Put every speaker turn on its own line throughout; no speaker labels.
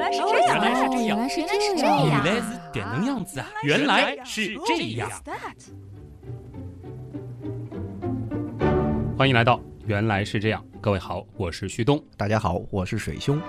来是
哦
这样
原来是
原来是
的。原来是
这样
这
这
样，
样
原来是这能样哦子啊！
哦原
原
来
来
是
是
这
这
样
样。
欢迎来到《原来是这样》，各位好，我是旭东。
大家好，我是水兄。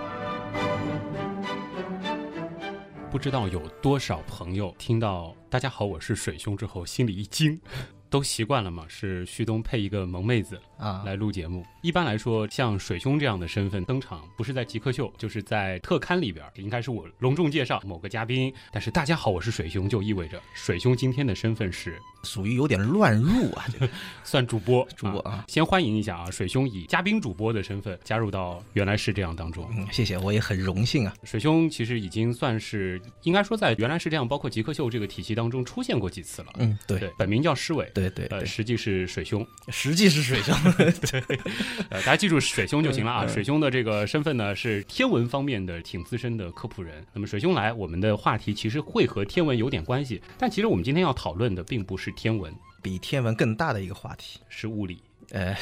不知道有多少朋友听到“大家好，我是水兄”之后，心里一惊， 都习惯了嘛，是旭东配一个萌妹子
啊，
来录节目。一般来说，像水兄这样的身份登场，不是在极客秀，就是在特刊里边，应该是我隆重介绍某个嘉宾。但是“大家好，我是水兄”就意味着水兄今天的身份是
属于有点乱入啊， 这个
算主播，
主播
啊
啊。
先欢迎一下啊，水兄以嘉宾主播的身份加入到原来是这样当中。
嗯，谢谢，我也很荣幸啊。
水兄其实已经算是应该说在原来是这样，包括极客秀这个体系当中出现过几次了。
嗯，对
对，本名叫施伟，
对对
呃，
对，
实际是水 兄，
实际是 水兄。
呃，大家记住水兄就行了啊。
嗯嗯
水兄的这个身份呢是天文方面的挺资深的科普人。那么水兄来，我们的话题其实会和天文有点关系，但其实我们今天要讨论的并不是天文，
比天文更大的一个话题，
是物 理，
呃，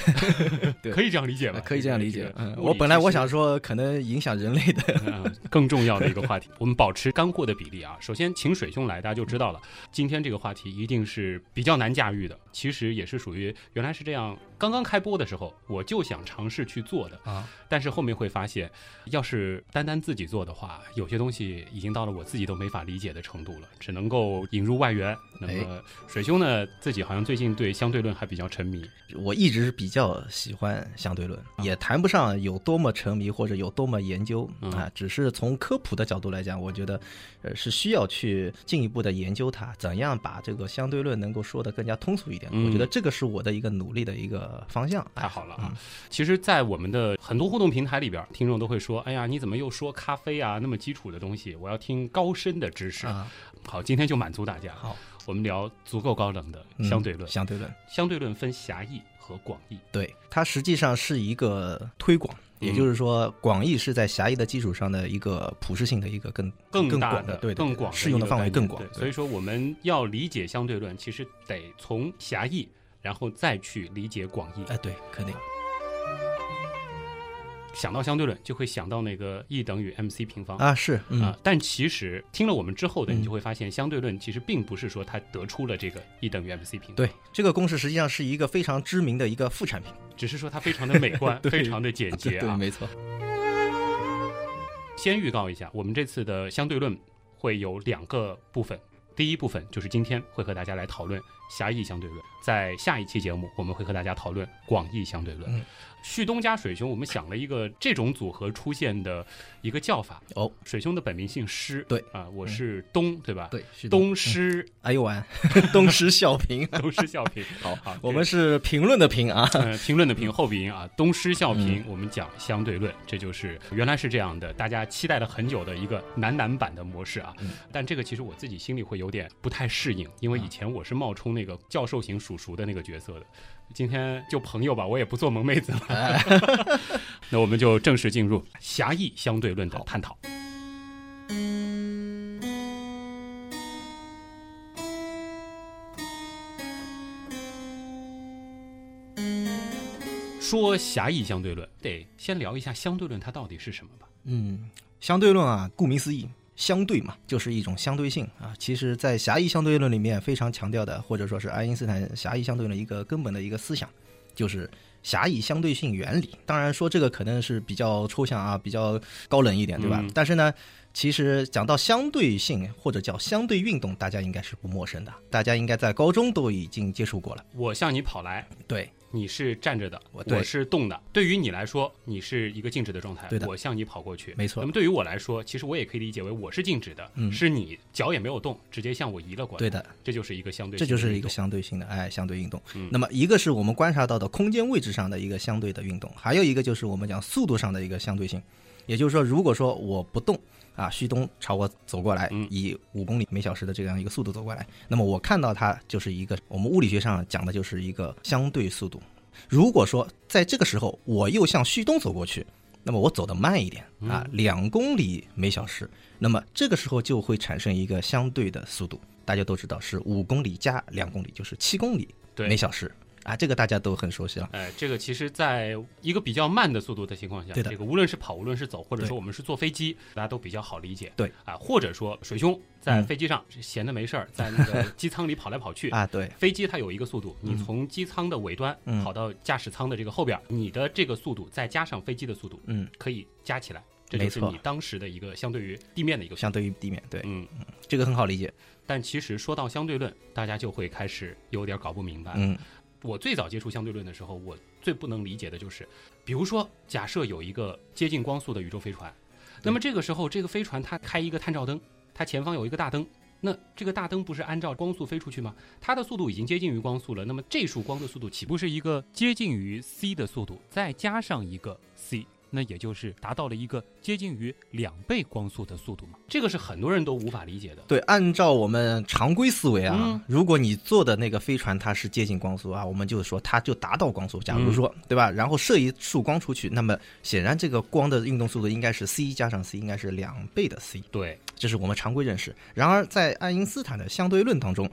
对
可以这样理解吧？
可以这样理解
个。
嗯，
物理
我本来我
其实
想说，可能影响人类的，
嗯 更重要的一个话题，我们保持干货的比例啊。首先，请水兄来，大家就知道了。今天这个话题一定是比较难驾驭的，其实也是属于原来是这样。刚刚开播的时候，我就想尝试去做的
啊，
但是后面会发现，要是单单自己做的话，有些东西已经到了我自己都没法理解的程度了，只能够引入外援。那么水兄呢，自己好像最近对相对论还比较沉迷，
我一直比较喜欢相对论，
啊
也谈不上有多么沉迷或者有多么研究
嗯
啊，只是从科普的角度来讲，我觉得，呃，是需要去进一步的研究它，怎样把这个相对论能够说的更加通俗一点。
嗯
我觉得这个是我的一个努力的一个方向。
太好了啊！
嗯
其实，在我们的很多互动平台里边儿，听众都会说：“哎呀，你怎么又说咖啡啊？那么基础的东西，我要听高深的知识。
啊，
好，今天就满足大家。
好，
我们聊足够高冷的
嗯
相对论。
相对论，
相对论分狭义和广义。
对，它实际上是一个推广，
嗯
也就是说，广义是在狭义的基础上的一个普适性的一个更更
大
广的，对对
更
对
广的
适用的
一个
范
概
围
念
更广
对
对
所以说，我们要理解相对论，其实得从狭义，然后再去理解广义。
哎，对，肯定
想到相对论，就会想到那个 E 等于 mc 平方。
啊，是，嗯，
啊，但其实听了我们之后的，
嗯
你就会发现，相对论其实并不是说它得出了这个 E 等于 mc 平方，
对，这个公式实际上是一个非常知名的一个副产品。
只是说它非常的美观，
啊 对
非常的简洁啊。
没错。
先预告一下，我们这次的相对论会有两个部分。第一部分就是今天会和大家来讨论狭义相对论，在下一期节目我们会和大家讨论广义相对论
嗯。
旭东加水兄，我们想了一个这种组合出现的一个叫法。
哦，
水兄的本名姓施，
对嗯
啊，我是东，对吧？，
对，是的
东施，
哎呦完， 东施效 颦。
东施效颦。
好
好，
我们是评论的评啊。
呃，评论的评，后鼻音啊，东施效颦。
嗯
我们讲相对论，这就是原来是这样的，大家期待了很久的一个男男版的模式啊。
嗯
但这个其实我自己心里会有点不太适应，因为以前我是冒充那个教授型叔叔的那个角色的。今天就朋友吧，我也不做萌妹子了。
哎
那我们就正式进入狭义相对论的探讨。说狭义相对论，得先聊一下相对论它到底是什么吧。
嗯，相对论啊，顾名思义。相对嘛，就是一种相对性啊。其实，在狭义相对论里面非常强调的，或者说是爱因斯坦狭义相对论一个根本的一个思想，就是狭义相对性原理。当然，说这个可能是比较抽象啊，比较高冷一点，对吧？
嗯
但是呢，其实讲到相对性或者叫相对运动，大家应该是不陌生的，大家应该在高中都已经接触过了。
我向你跑来，
对，
你是站着的，
我
我
对
是动的。对于你来说，你是一个静止的状态。
对的
我向你跑过去，
没错
那么对于我来说，其实我也可以理解为我是静止的，
嗯
是你脚也没有动，直接向我移了过来。
对的，
这就是一个相对
这
性的运动，
就是一个相对性的哎相对运动。
嗯
那么一个是我们观察到的空间位置上的一个相对的运动，还有一个就是我们讲速度上的一个相对性。也就是说，如果说我不动啊，旭东朝我走过来
嗯，
以五公里每小时的这样一个速度走过来，那么我看到它就是一个我们物理学上讲的就是一个相对速度。如果说在这个时候我又向旭东走过去，那么我走得慢一点
嗯
啊，两公里每小时，那么这个时候就会产生一个相对的速度。大家都知道是五公里加两公里，就是七公里
对
每小时。啊，这个大家都很熟悉了。
哎，这个其实在一个比较慢的速度的情况下，
对的
这个无论是跑，无论是走，或者
对
说我们是坐飞机，大家都比较好理解。
对
啊，或者说水兄在
嗯
飞机上闲的没事儿，在那 个机舱里跑来跑去。
啊，对，
飞机它有一个速度，你
嗯
从机舱的尾端
嗯
跑到驾驶舱的这个后边儿，你的这个速度再加上飞机的速度，
嗯，
可以加起来，这就是
没错
你当时的一个相对于地面的一个速度。
相对于地面，对，
嗯，
这个很好理解。
但其实说到相对论，大家就会开始有点搞不明白。
嗯
我最早接触相对论的时候，我最不能理解的就是，比如说，假设有一个接近光速的宇宙飞船，那么这个时候这个飞船它开一个探照灯，它前方有一个大灯。那这个大灯不是按照光速飞出去吗？它的速度已经接近于光速了，那么这束光的速度岂不是一个接近于 c 的速度，再加上一个 c，那也就是达到了一个接近于两倍光速的速度嘛？这个是很多人都无法理解的。
对，按照我们常规思维啊，
嗯
如果你坐的那个飞船它是接近光速啊，我们就说它就达到光速。
嗯
假如说，对吧？然后射一束光出去，那么显然这个光的运动速度应该是 c 加上 c，应该是两倍的 c，
对，
这是我们常规认识。然而，在爱因斯坦的相对论当中，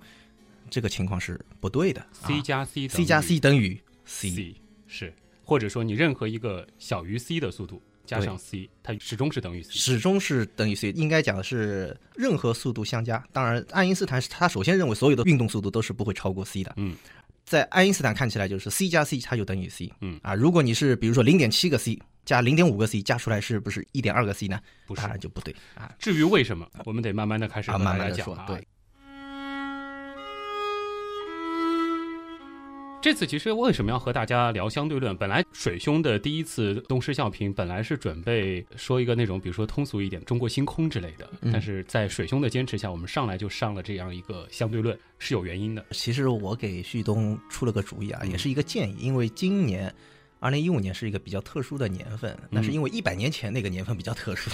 这个情况是不对的。
c
啊
加 c
c 加 c 等于 c，
c 是，或者说你任何一个小于 c 的速度加上 c，它始终是等于 c。
始终是等于 c，应该讲是任何速度相加。当然，爱因斯坦是他首先认为所有的运动速度都是不会超过 c 的。
嗯，
在爱因斯坦看起来就是 c 加 c 它就等于 c。
嗯
啊，如果你是比如说零点七个 c 加零点五个 c 加出来是不是一点二个 c 呢？
不是
当然就不对啊
至于为什么，我们得慢慢的开始
啊，
和
慢
大
慢
家
的
讲
说
了啊。，
对，
这次其实为什么要和大家聊相对论？本来水兄的第一次东施效颦，本来是准备说一个那种，比如说通俗一点，中国星空之类的。
嗯
但是在水兄的坚持下，我们上来就上了这样一个相对论，是有原因的。
其实我给旭东出了个主意啊，
嗯
也是一个建议，因为今年。二零一五年是一个比较特殊的年份，
嗯
那是因为一百年前那个年份比较特殊。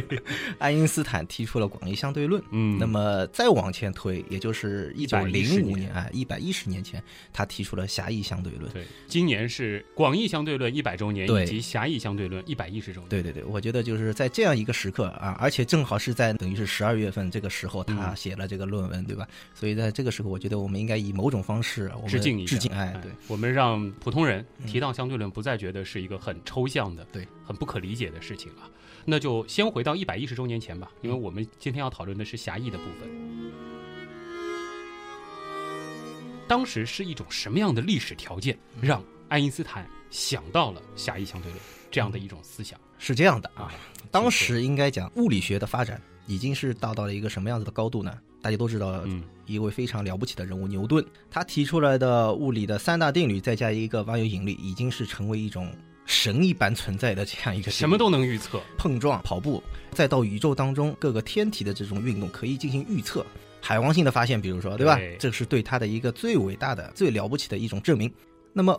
爱因斯坦提出了广义相对论，
嗯，
那么再往前推，也就是一九
110
零五
年
年啊，一百一十年前，他提出了狭义相对论。
对，今年是广义相对论一百周年，
对
以及狭义相对论一百一十周年。
对对对，我觉得就是在这样一个时刻啊，而且正好是在等于是十二月份这个时候，他
嗯
写了这个论文，对吧？所以在这个时候，我觉得我们应该以某种方式，我们
致敬一下，
致敬，哎，对，
我们让普通人
嗯
提到相对论，不再觉得是一个很抽象的、
对
很不可理解的事情啊。那就先回到一百一十周年前吧，因为我们今天要讨论的是狭义的部分。当时是一种什么样的历史条件，
嗯
让爱因斯坦想到了狭义相对论这样的一种思想？
是这样的
啊
啊。当时应该讲物理学的发展已经是达到了一个什么样子的高度呢？大家都知道，
嗯
一位非常了不起的人物牛顿，他提出来的物理的三大定律，再加一个万有引力，已经是成为一种神一般存在的这样一个
什么
定律
都能预测。
碰撞、跑步，再到宇宙当中各个天体的这种运动，可以进行预测。海王星的发现，比如说，对吧？
对
这是对他的一个最伟大的、最了不起的一种证明。那么，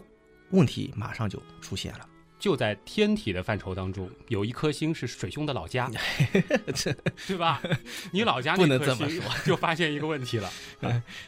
问题马上就出现了，
就在天体的范畴当中，有一颗星是水兄的老家，
这
对吧？你老家
不
那
能
颗
这么
星就发现一个问题了。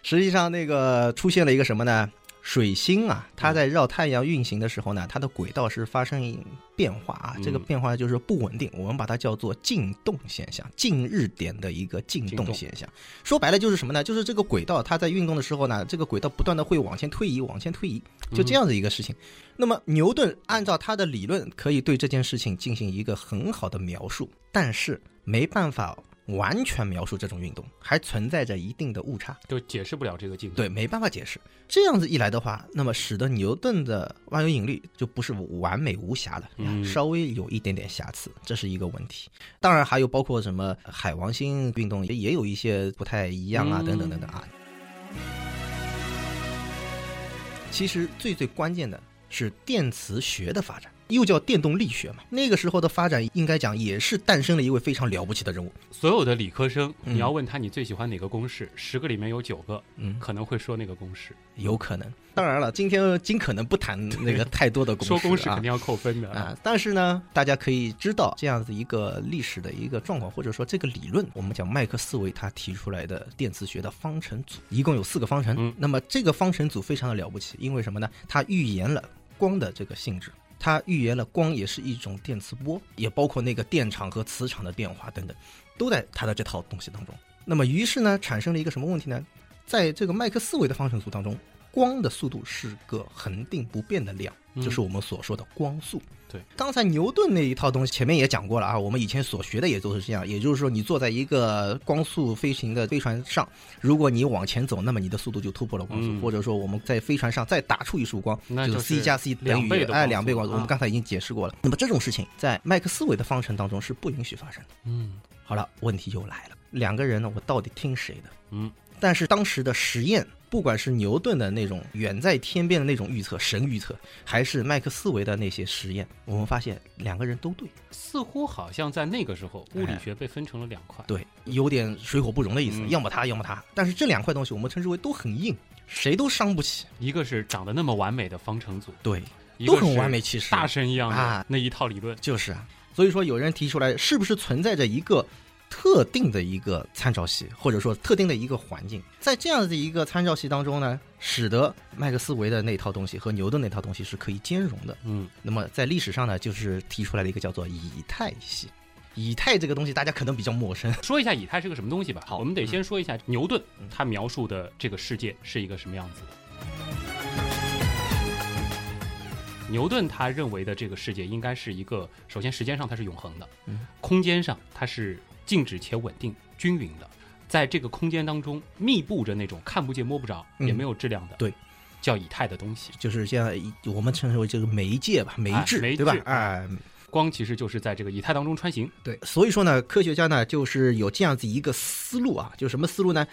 实际上，那个出现了一个什么呢？水星啊，
嗯
它在绕太阳运行的时候呢，它的轨道是发生变化啊。
嗯
这个变化就是不稳定，我们把它叫做静动现象，近日点的一个静
静动
动现象。说白了就是什么呢？就是这个轨道它在运动的时候呢，这个轨道不断的会往前推移，往前推移，
嗯
就这样的一个事情。那么牛顿按照他的理论，可以对这件事情进行一个很好的描述，但是没办法完全描述这种运动，还存在着一定的误差。
嗯就解释不了这个镜头。
对，没办法解释。这样子一来的话，那么使得牛顿的万有引力就不是完美无瑕了，
嗯
稍微有一点点瑕疵，这是一个问题。当然还有包括什么海王星运动也也有一些不太一样啊，等等等等啊。其实最最关键的是电磁学的发展，又叫电动力学嘛。那个时候的发展，应该讲也是诞生了一位非常了不起的人物。
所有的理科生，
嗯
你要问他你最喜欢哪个公式，十个里面有九个
嗯，
可能会说那个公式，
有可能。当然了，今天尽可能不谈那个太多的公式、
说
啊，
公式肯定要扣分的。
啊，但是呢，大家可以知道这样子一个历史的一个状况，或者说这个理论，我们讲麦克斯韦他提出来的电磁学的方程组，一共有四个方程。
嗯
那么这个方程组非常的了不起，因为什么呢？它预言了光的这个性质。它预言了光也是一种电磁波，也包括那个电场和磁场的变化等等，都在它的这套东西当中。那么，于是呢，产生了一个什么问题呢？在这个麦克斯韦的方程组当中，光的速度是个恒定不变的量，
嗯
就是我们所说的光速。
对，
刚才牛顿那一套东西前面也讲过了啊，我们以前所学的也都是这样，也就是说，你坐在一个光速飞行的飞船上，如果你往前走，那么你的速度就突破了光速，
嗯
或者说我们在飞船上再打出一束光，
那
就
就是
c 加 c 等
两
于
倍的
哎
光
两倍
速
光速。我们
啊
刚才已经解释过了。那么这种事情在麦克斯韦的方程当中是不允许发生的。
嗯
好了，问题又来了，两个人呢，我到底听谁的？
嗯，
但是当时的实验，不管是牛顿的那种远在天边的那种预测、神预测，还是麦克斯韦的那些实验，我们发现两个人都对，
似乎好像在那个时候，
哎
物理学被分成了两块。
对，有点水火不容的意思，
嗯
要么他，要么他。但是这两块东西我们称之为都很硬，谁都伤不起，
一个是长得那么完美的方程组，
对，
一个
都
是
很完美，其实
大神一样
啊
的那一套理论。
就是啊。所以说，有人提出来，是不是存在着一个特定的一个参照系，或者说特定的一个环境？在这样的一个参照系当中呢，使得麦克斯韦的那套东西和牛顿那套东西是可以兼容的。
嗯，
那么在历史上呢，就是提出来了一个叫做以太系。以太这个东西大家可能比较陌生，
说一下以太是个什么东西吧。
好
我们得先说一下牛顿
嗯
他描述的这个世界是一个什么样子的。牛顿他认为的这个世界应该是一个，首先时间上它是永恒的
嗯，
空间上它是静止且稳定、均匀的，在这个空间当中密布着那种看不见、摸不着、
嗯
也没有质量的，
对，
叫以太的东西。
就是现在以我们称之为这个媒介吧，媒质，
哎媒
对吧
质？
哎、
光其实就是在这个以太当中穿行。
对，所以说呢，科学家呢就是有这样子一个思路啊，就什么思路呢？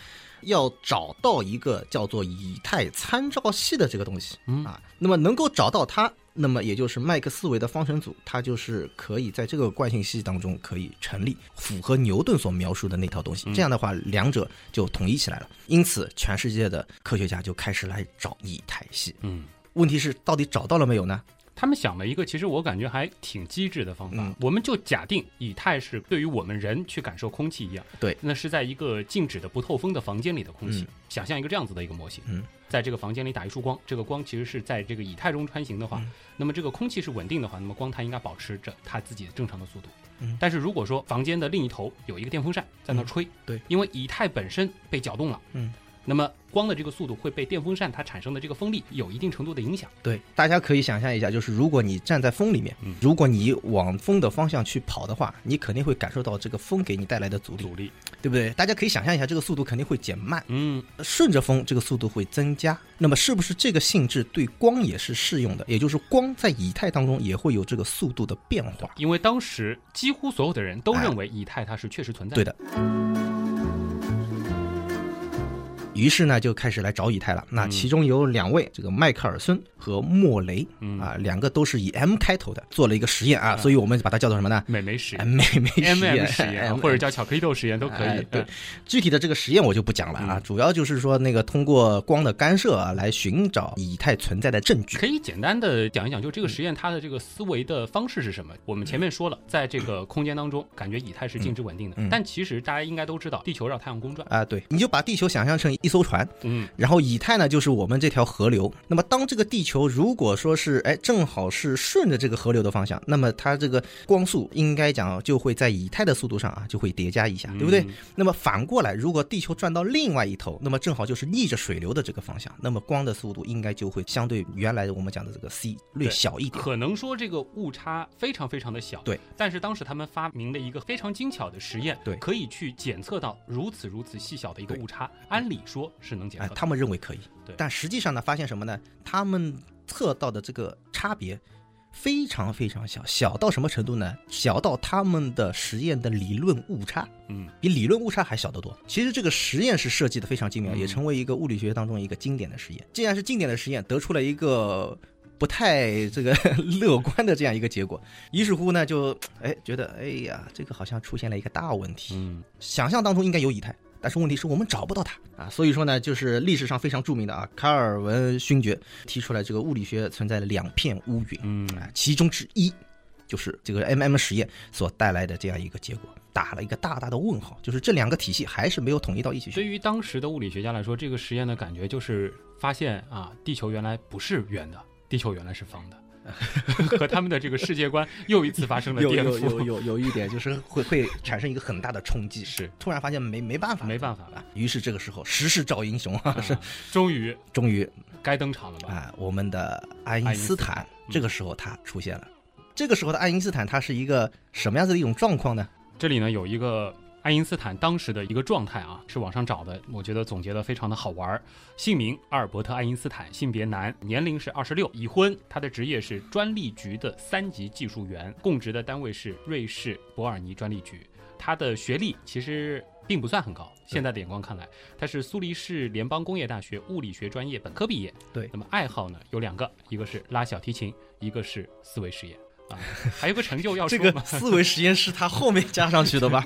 要找到一个叫做以太参照系的这个东西
嗯
啊，那么能够找到它，那么也就是麦克斯韦的方程组，它就是可以在这个惯性系当中可以成立，符合牛顿所描述的那套东西。
嗯
这样的话，两者就统一起来了。因此，全世界的科学家就开始来找以太系。
嗯，
问题是，到底找到了没有呢？
他们想了一个，其实我感觉还挺机智的方法。
嗯
我们就假定以太是对于我们人去感受空气一样，
对
那是在一个静止的不透风的房间里的空气。
嗯
想象一个这样子的一个模型，
嗯
在这个房间里打一束光，这个光其实是在这个以太中穿行的话，
嗯
那么这个空气是稳定的话，那么光它应该保持着它自己的正常的速度。
嗯
但是如果说房间的另一头有一个电风扇在那吹，
对，
因为以太本身被搅动了，
嗯，
那么光的这个速度会被电风扇它产生的这个风力有一定程度的影响。
对，大家可以想象一下，就是如果你站在风里面，
嗯
如果你往风的方向去跑的话，你肯定会感受到这个风给你带来的阻力，
阻力，
对不对？大家可以想象一下，这个速度肯定会减慢，
嗯，
顺着风这个速度会增加。那么是不是这个性质对光也是适用的？也就是光在以太当中也会有这个速度的变化。
因为当时几乎所有的人都认为以太它是确实存在
哎对
的。
的。于是呢，就开始来找以太了。那
嗯
其中有两位，这个迈克尔森和莫雷
嗯
啊，两个都是以 M 开头的，做了一个实验啊，所以我们把它叫做什么呢？
美眉实
哎
验、
美美实
M M
验，
实验
哎
啊，或者叫巧克力豆实验都可
哎
以。嗯
对，具体的这个实验我就不讲了啊，主要就是说那个通过光的干涉啊，来寻找以太存在的证据。
可以简单的讲一讲，就
嗯
这个实验它的这个思维的方式是什么？我们前面说了，在这个空间当中，感觉以太是静止稳定的，
嗯
但其实大家应该都知道，地球绕太阳公转。
啊，对，你就把地球想象成一艘船，
嗯，
然后以太呢就是我们这条河流。那么当这个地球如果说是哎正好是顺着这个河流的方向，那么它这个光速应该讲就会在以太的速度上啊就会叠加一下，对不对？
嗯
那么反过来，如果地球转到另外一头，那么正好就是逆着水流的这个方向，那么光的速度应该就会相对原来我们讲的这个 c 略
对
小一点。
可能说这个误差非常非常的小，
对。
但是当时他们发明了一个非常精巧的实验，
对
可以去检测到如此如此细小的一个
对
误差，按理说是能检
哎
测，到。
他们认为可以
对，
但实际上呢，发现什么呢？他们测到的这个差别非常非常小，小到什么程度呢？小到他们的实验的理论误差
嗯
比理论误差还小得多。其实这个实验是设计的非常精妙，
嗯
也成为一个物理学当中一个经典的实验。既然是经典的实验，得出了一个。不太这个 乐观的这样一个结果，于是乎呢，就哎觉得哎呀，这个好像出现了一个大问题，
嗯，
想象当中应该有以太，但是问题是我们找不到它啊，所以说呢，就是历史上非常著名的啊，卡尔文勋爵提出来这个物理学存在的两片乌云，
嗯
啊，其中之一就是这个 MM 实验所带来的这样一个结果，打了一个大大的问号，就是这两个体系还是没有统一到一起去
对。于当时的物理学家来说，这个实验的感觉就是发现啊，地球原来不是圆的，地球原来是方的。和他们的这个世界观又一次发 生了
有
颠
有有
覆。
有有一点就是会会产生一个很大的冲击，
是
突然发现没没办法，
没办法了
了。于是这个时候，时势造英雄啊， 是
啊终于
终于
该登场了吧？
啊，我们的爱因
爱因斯
斯坦
嗯
这个时候他出现了。这个时候的爱因斯坦他是一个什么样子的一种状况呢？
这里呢有一个爱因斯坦当时的一个状态啊，是网上找的，我觉得总结的非常的好玩儿。姓名阿尔伯特·爱因斯坦，性别男，年龄是二十六，已婚，他的职业是专利局的三级技术员，供职的单位是瑞士伯尔尼专利局。他的学历其实并不算很高，现在的眼光看来，他是苏黎世联邦工业大学物理学专业本科毕业。
对
那么爱好呢有两个，一个是拉小提琴，一个是思维实验。啊，还有个成就要说
这
吗？
个思维实验是他后面加上去 的吧？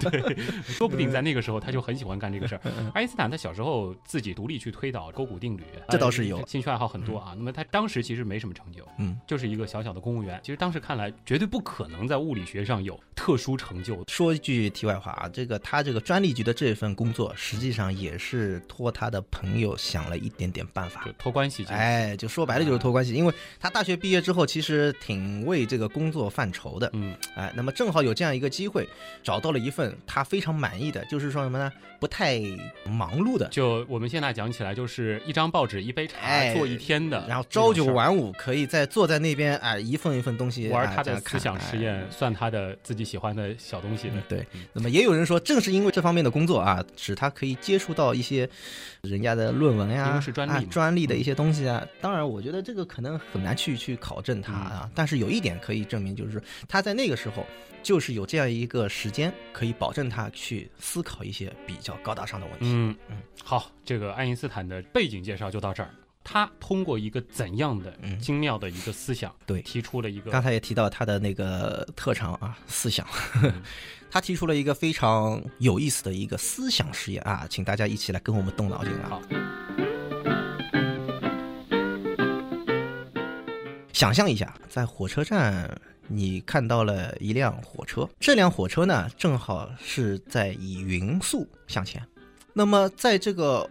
说不定在那个时候他就很喜欢干这个 事儿。
嗯
爱因斯坦他小时候自己独立去推导勾股定律，
这倒是有
呃兴趣爱好很多啊。那么他当时其实没什么成就，
嗯，
就是一个小小的公务员。其实当时看来，绝对不可能在物理学上有特殊成就。
说一句题外话啊，这个他这个专利局的这份工作，实际上也是托他的朋友想了一点点办法
就。托关系进来，
哎，就说白了就是托关系，因为他大学毕业之后，其实挺为这个工作犯愁的。
嗯，
哎，那么正好有这样一个机会，找到了一份他非常满意的，就是说什么呢？不太忙碌的，
就我们现在讲起来，就是一张报纸、一杯茶
哎
做一天的，
然后朝九。晚五，可以在坐在那边，哎，一份一份东西
玩
哎
他
这
的
样
思
看
想实。
哎嗯
验，算他的自己喜欢的小东西嗯的。
对，那么也有人说，正是因为这方面的工作啊，使他可以接触到一些人家的论文呀、
因为是专利嘛嗯
啊、专利的一些东西啊。当然，我觉得这个可能很难去去考证它
嗯
啊，但是有一点可以证明，就是他在那个时候就是有这样一个时间，可以保证他去思考一些比较高大上的问题。
嗯
嗯，
好，这个爱因斯坦的背景介绍就到这儿。他通过一个怎样的
嗯
精妙的一个思想，
对
提出了一个
刚才也提到他的那个特长啊，思想
嗯，
他提出了一个非常有意思的一个思想实验啊，请大家一起来跟我们动脑筋啊。
好，
想象一下，在火车站，你看到了一辆火车，这辆火车呢，正好是在以匀速向前。那么在这个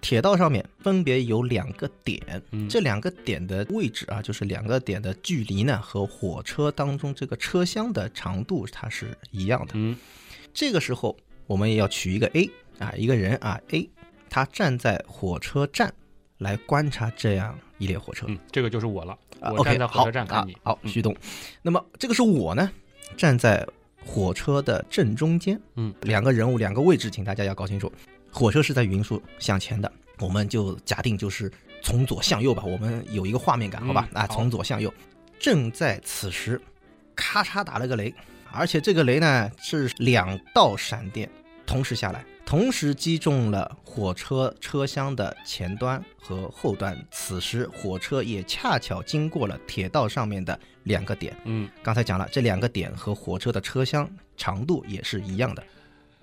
铁道上面，分别有两个点，
嗯
这两个点的位置啊，就是两个点的距离呢，和火车当中这个车厢的长度它是一样的。
嗯
这个时候，我们也要取一个 A 啊，一个人啊 A，他站在火车站来观察这样一列火车。
嗯，这个就是我了，
啊
我
OK，
站在火车站看你
好啊，好，
嗯
旭东。那么这个是我呢，站在火车的正中间，
嗯，
两个人物两个位置，请大家要搞清楚。火车是在匀速向前的，我们就假定就是从左向右吧，我们有一个画面感，好吧？
嗯
啊，
好
从左向右。正在此时，咔嚓打了个雷，而且这个雷呢是两道闪电同时下来，同时击中了火车车厢的前端和后端。此时，火车也恰巧经过了铁道上面的两个点。
嗯，
刚才讲了，这两个点和火车的车厢长度也是一样的。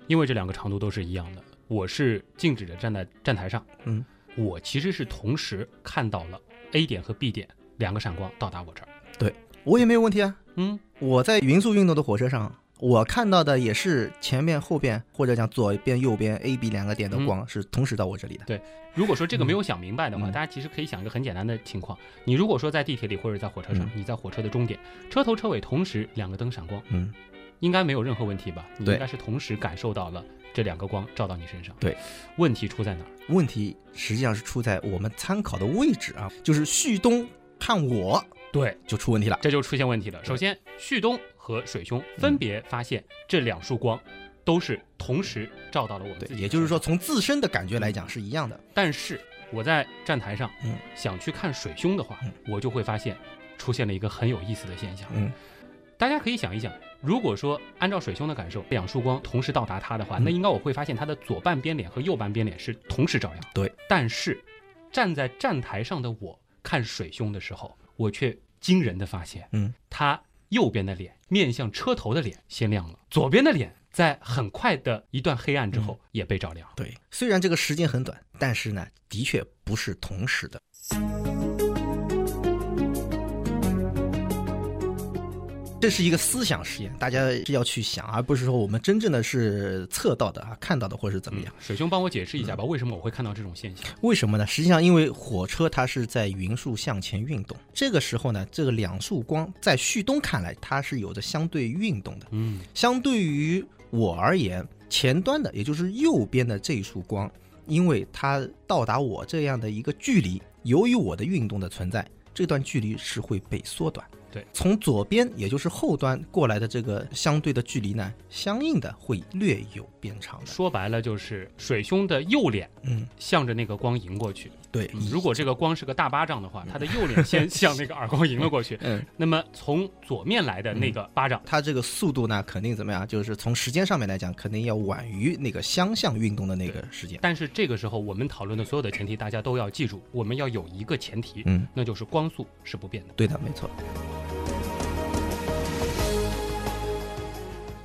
因为这两个长度都是一样的，我是静止的站在站台上，
嗯，
我其实是同时看到了 A 点和 B 点两个闪光到达我这儿，
我也没有问题啊，
嗯，
我在匀速运动的火车上，我看到的也是前面、后边，或者讲左边、右边 A、B 两个点的光是同时到我这里的。
如果说这个没有想明白的话，
嗯
大家其实可以想一个很简单的情况：你如果说在地铁里或者在火车上
嗯，
你在火车的终点，车头车尾同时两个灯闪光，
嗯，
应该没有任何问题吧？你
对
应该是同时感受到了这两个光照到你身上。
对，
问题出在哪儿？
问题实际上是出在我们参考的位置啊，就是旭东和我
对，
就出问题了。
这就出现问题了。首先，旭东和水兄分别发现这两束光都是同时照到了我们自己
嗯对，
的
也就是说，从自身的感觉来讲是一样的。
但是我在站台上，
嗯
想去看水兄的话，
嗯
我就会发现出现了一个很有意思的现象。
嗯，
大家可以想一想，如果说按照水兄的感受，两束光同时到达他的话，
嗯
那应该我会发现他的左半边脸和右半边脸是同时照亮。
对，
但是站在站台上的我看水兄的时候，我却惊人的发现，
嗯，
他右边的脸面向车头的脸先亮了，左边的脸在很快的一段黑暗之后
嗯
也被照亮。
对。虽然这个时间很短，但是呢，的确不是同时的。这这是一个思想实验，大家是要去想，而不是说我们真正的是测到的啊、看到的或是怎么样。
嗯
嗯
水兄帮我解释一下吧，为什么我会看到这种现象？
为什么呢？实际上，因为火车它是在匀速向前运动，这个时候呢，这个两束光在旭东看来，它是有着相对运动的。
嗯
相对于我而言，前端的，也就是右边的这一束光，因为它到达我这样的一个距离，由于我的运动的存在，这段距离是会被缩短。
对，
从左边，也就是后端过来的这个相对的距离呢，相应的会略有变长的。
说白了就是水兄的右脸
嗯，
向着那个光迎过去。
对，
嗯如果这个光是个大巴掌的话，他的右脸 先向那个耳光迎了过去。
嗯，
那么从左面来的那个巴掌，
它这个速度呢，肯定怎么样？就是从时间上面来讲，肯定要晚于那个相向运动的那个时间。
但是这个时候我们讨论的所有的前提，大家都要记住，我们要有一个前提，
嗯，
那就是光速是不变的。
对的，没错。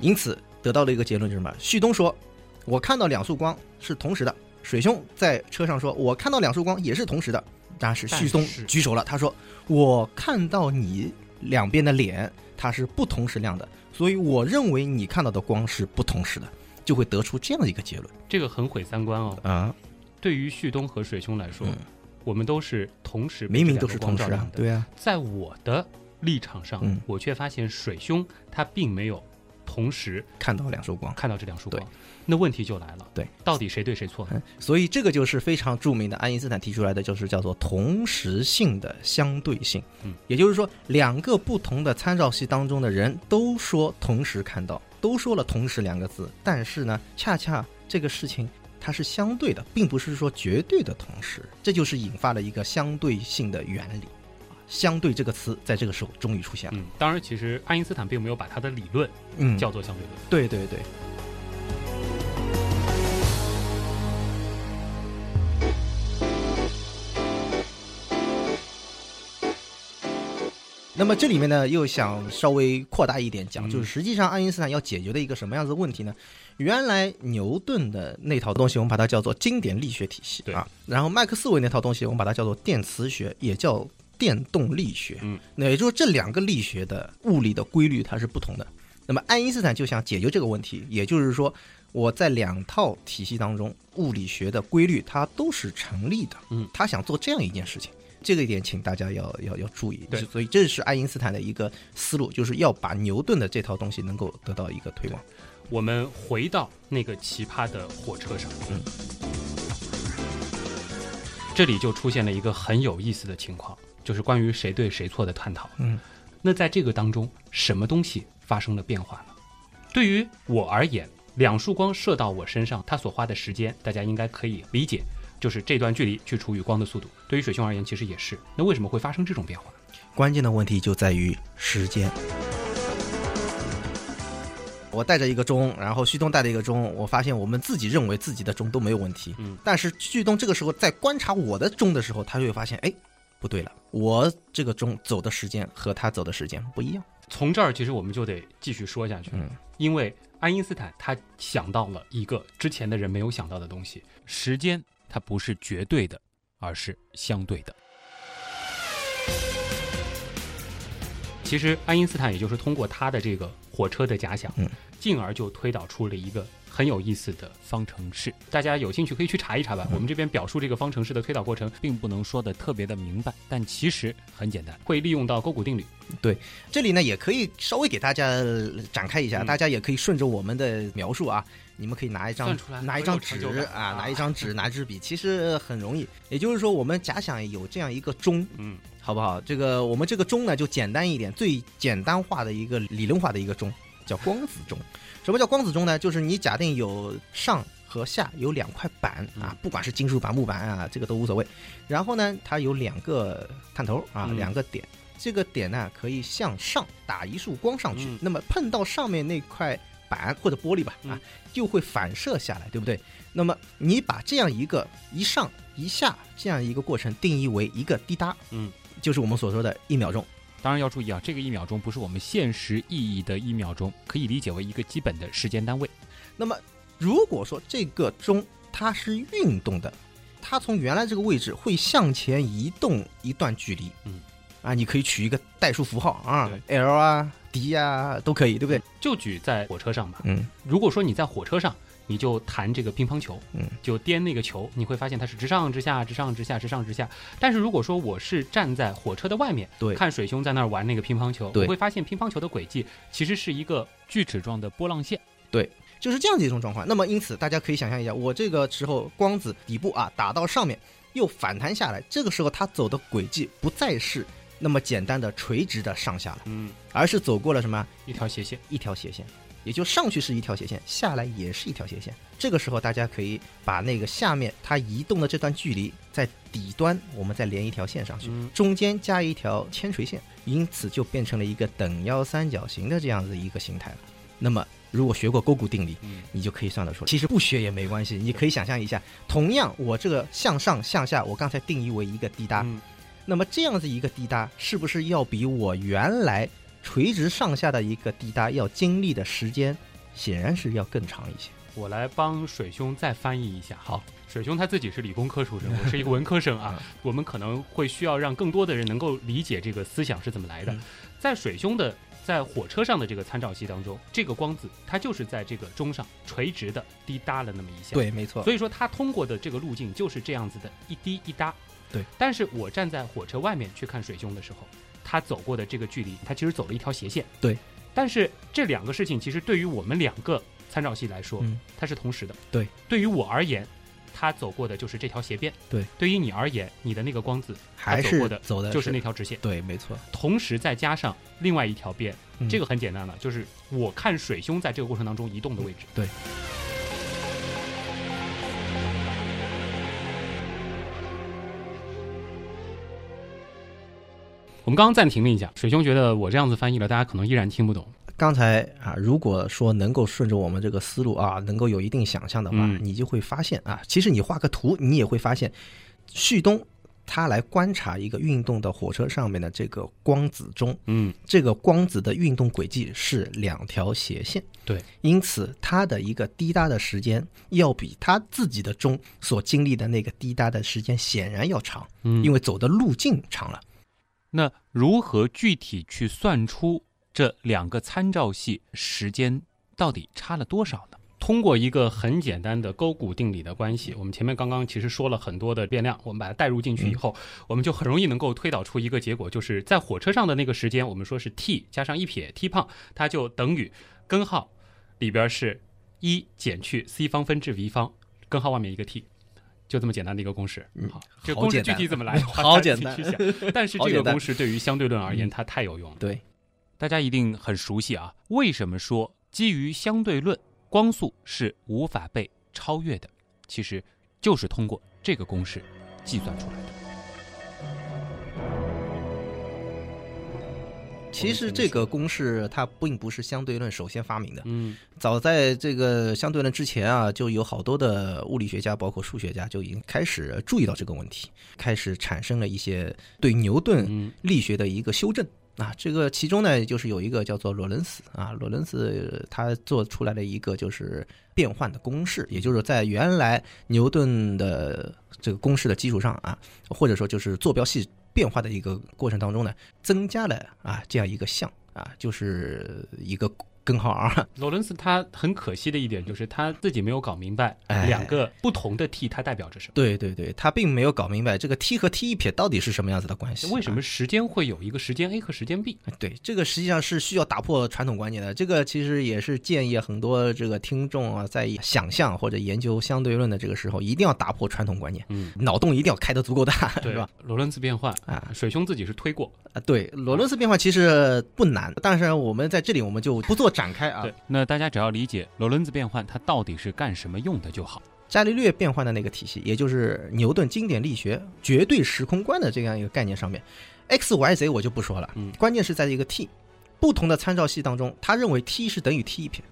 因此得到了一个结论，就是什么？旭东说，我看到两束光是同时的。水兄在车上说，我看到两束光也是同时的。但是旭东
但是
举手了，他说，我看到你两边的脸，它是不同时亮的，所以我认为你看到的光是不同时的，就会得出这样的一个结论
这个很毁三观哦。
啊。
对于旭东和水兄来说，
嗯
我们都是同时被
明明
这
都
两
是
个光
同时
照
啊
亮，的。
对啊，
在我的立场上，
嗯
我却发现水兄他并没有同时
看到两束光，
看到这两束光
对。
那问题就来了，
对，
到底谁对谁错呢？
所以这个就是非常著名的爱因斯坦提出来的，就是叫做同时性的相对性。
嗯，
也就是说，两个不同的参照系当中的人都说同时看到，都说了“同时”两个字，但是呢，恰恰这个事情。它是相对的，并不是说绝对的同时，这就是引发了一个相对性的原理。啊相对这个词在这个时候终于出现了。
嗯，当然，其实爱因斯坦并没有把他的理论
嗯
叫做相对论。
对对对。那么这里面呢，又想稍微扩大一点讲，
嗯
就是实际上爱因斯坦要解决的一个什么样子的问题呢？原来牛顿的那套东西，我们把它叫做经典力学体系
对
啊，然后麦克斯韦那套东西，我们把它叫做电磁学，也叫电动力学。
嗯，
那也就是这两个力学的物理的规律它是不同的。那么爱因斯坦就想解决这个问题，也就是说，我在两套体系当中，物理学的规律它都是成立的。
嗯，
他想做这样一件事情，这个一点请大家要要要注意。
对
所以这是爱因斯坦的一个思路，就是要把牛顿的这套东西能够得到一个推广。
我们回到那个奇葩的火车上，
嗯
这里就出现了一个很有意思的情况，就是关于谁对谁错的探讨。
嗯，
那在这个当中，什么东西发生了变化呢？对于我而言，两束光射到我身上，它所花的时间，大家应该可以理解，就是这段距离去除以光的速度。对于水兄而言，其实也是。那为什么会发生这种变化？
关键的问题就在于时间。我带着一个钟，然后旭东带着一个钟，我发现我们自己认为自己的钟都没有问题，
嗯，
但是旭东这个时候在观察我的钟的时候，他就会发现，哎，不对了，我这个钟走的时间和他走的时间不一样，
从这儿，其实我们就得继续说下去，
嗯
因为爱因斯坦他想到了一个之前的人没有想到的东西：时间它不是绝对的，而是相对的。其实，爱因斯坦也就是通过他的这个火车的假想，
嗯
进而就推导出了一个很有意思的方程式。大家有兴趣可以去查一查
嗯
吧。我们这边表述这个方程式的推导过程，并不能说的特别的明白，但其实很简单，会利用到勾股定律。
这里呢，也可以稍微给大家呃展开一下，
嗯
大家也可以顺着我们的描述啊，你们可以拿一张
算出来
拿一张
我
纸
有成就感
啊
啊，
拿一张纸，拿一支笔，其实很容易。也就是说，我们假想有这样一个钟，
嗯，
好不好？这个我们这个钟呢，就简单一点，最简单化的一个理论化的一个钟，叫光子钟。什么叫光子钟呢？就是你假定有上和下有两块板啊
嗯，
不管是金属板、木板啊，这个都无所谓。然后呢，它有两个探头啊，
嗯
两个点，这个点呢可以向上打一束光上去，
嗯
那么碰到上面那块板或者玻璃吧啊
嗯，
就会反射下来，对不对？那么你把这样一个一上一下这样一个过程定义为一个滴答，
嗯，
就是我们所说的一秒钟。
当然要注意啊，这个一秒钟不是我们现实意义的一秒钟，可以理解为一个基本的时间单位。
那么如果说这个钟它是运动的，它从原来这个位置会向前移动一段距离，
嗯，
啊，你可以取一个代数符号啊
对
，L 啊笛呀、都可以，对不对？
就举在火车上吧。
嗯，
如果说你在火车上，你就弹这个乒乓球，
嗯，
就颠那个球，你会发现它是直上直下、直上直下、直上直下。但是如果说我是站在火车的外面，
对
看水兄在那儿玩那个乒乓球，
对
我会发现乒乓球的轨迹其实是一个
锯齿状的波浪线，
就是这样的一种状况。那么因此大家可以想象一下，我这个时候光子底部啊打到上面，又反弹下来，这个时候它走的轨迹不再是那么简单的垂直的上下了，
嗯
而是走过了什么
一条斜线。
一条斜线，也就上去是一条斜线，下来也是一条斜线。这个时候大家可以把那个下面它移动的这段距离，在底端我们再连一条线上去，
嗯
中间加一条铅垂线，因此就变成了一个等腰三角形的这样子一个形态了。那么，如果学过勾股定理，
嗯
你就可以算得出来。其实不学也没关系，你可以想象一下，同样我这个向上向下，我刚才定义为一个滴答，
嗯
那么这样子一个滴答，是不是要比我原来垂直上下的一个滴答要经历的时间，显然是要更长一些？
我来帮水兄再翻译一下。好，水兄他自己是理工科出身，我是一个文科生啊。我们可能会需要让更多的人能够理解这个思想是怎么来的
嗯。
在水兄的在火车上的这个参照系当中，这个光子它就是在这个钟上垂直的滴答了那么一下。，
对，没错，
所以说它通过的这个路径就是这样子的，一滴一答。
对，
但是我站在火车外面去看水兄的时候，他走过的这个距离，他其实走了一条斜线。
对，
但是这两个事情其实对于我们两个参照系来说，
嗯
它是同时的。
对，
对于我而言，他走过的就是这条斜边。
对，呃
对于你而言，你的那个光子
还
走
是
过的
走的
就是那条直线，
对，没错，
同时再加上另外一条边，
嗯
这个很简单了，就是我看水兄在这个过程当中移动的位置。
对。
我们刚刚暂停了一下，水兄觉得我这样子翻译了，大家可能依然听不懂。
刚才啊，如果说能够顺着我们这个思路啊，能够有一定想象的话，
嗯
你就会发现啊，其实你画个图，你也会发现，旭东他来观察一个运动的火车上面的这个光子钟，
嗯
这个光子的运动轨迹是两条斜线，
对，
因此它的一个滴答的时间要比他自己的钟所经历的那个滴答的时间显然要长，
嗯
因为走的路径长了。
那如何具体去算出这两个参照系时间到底差了多少呢？
通过一个很简单的勾股定理的关系，我们前面刚刚其实说了很多的变量，我们把它代入进去以后，
嗯
我们就很容易能够推导出一个结果，就是在火车上的那个时间，我们说是 t 加上一撇 t 胖，它就等于根号里边是一减去 c 方分之 v 方，根号外面一个 t。就这么简单的一个公式，
嗯
好，这公式具体怎 么来？
好简单
大家自己去想。但是
好
这个
简单
公式对于相对论而言，它太有用了。
对，
嗯大家一定很熟悉啊。为什么说基于相对论，光速是无法被超越的？其实就是通过这个公式计算出来的。
其实这个公式它并不是相对论首先发明的，
嗯
早在这个相对论之前啊，就有好多的物理学家，包括数学家，就已经开始注意到这个问题，开始产生了一些对牛顿
嗯
力学的一个修正。啊，这个其中呢，就是有一个叫做罗伦斯啊，罗伦斯他做出来了一个就是变换的公式，也就是在原来牛顿的这个公式的基础上啊，或者说就是坐标系变化的一个过程当中呢，增加了啊这样一个项啊，就是一个根号 r
罗伦斯他很可惜的一点就是他自己没有搞明白
哎
两个不同的 t 它代表着什么。
对对对，他并没有搞明白这个 t 和 t 一撇到底是啊什么样子的关系。
为什么时间会有一个时间 a 和时间 b？
啊？对，这个实际上是需要打破传统观念的。这个其实也是建议很多这个听众啊，在想象或者研究相对论的这个时候，一定要打破传统观念，
嗯，
脑洞一定要开得足够大，
对
是吧？？
罗伦兹变换，
啊
水兄自己是推过。
啊，对，罗伦斯变化其实不难，但是我们在这里我们就不做展开啊
对。
那大家只要理解罗伦兹变换它到底是干什么用的就好。
伽利略变换的那个体系，也就是牛顿经典力学绝对时空观的这样一个概念上面，x、y、z 我就不说了，
嗯
关键是在一个 t，不同的参照系当中，他认为 t 是等于 t 一撇，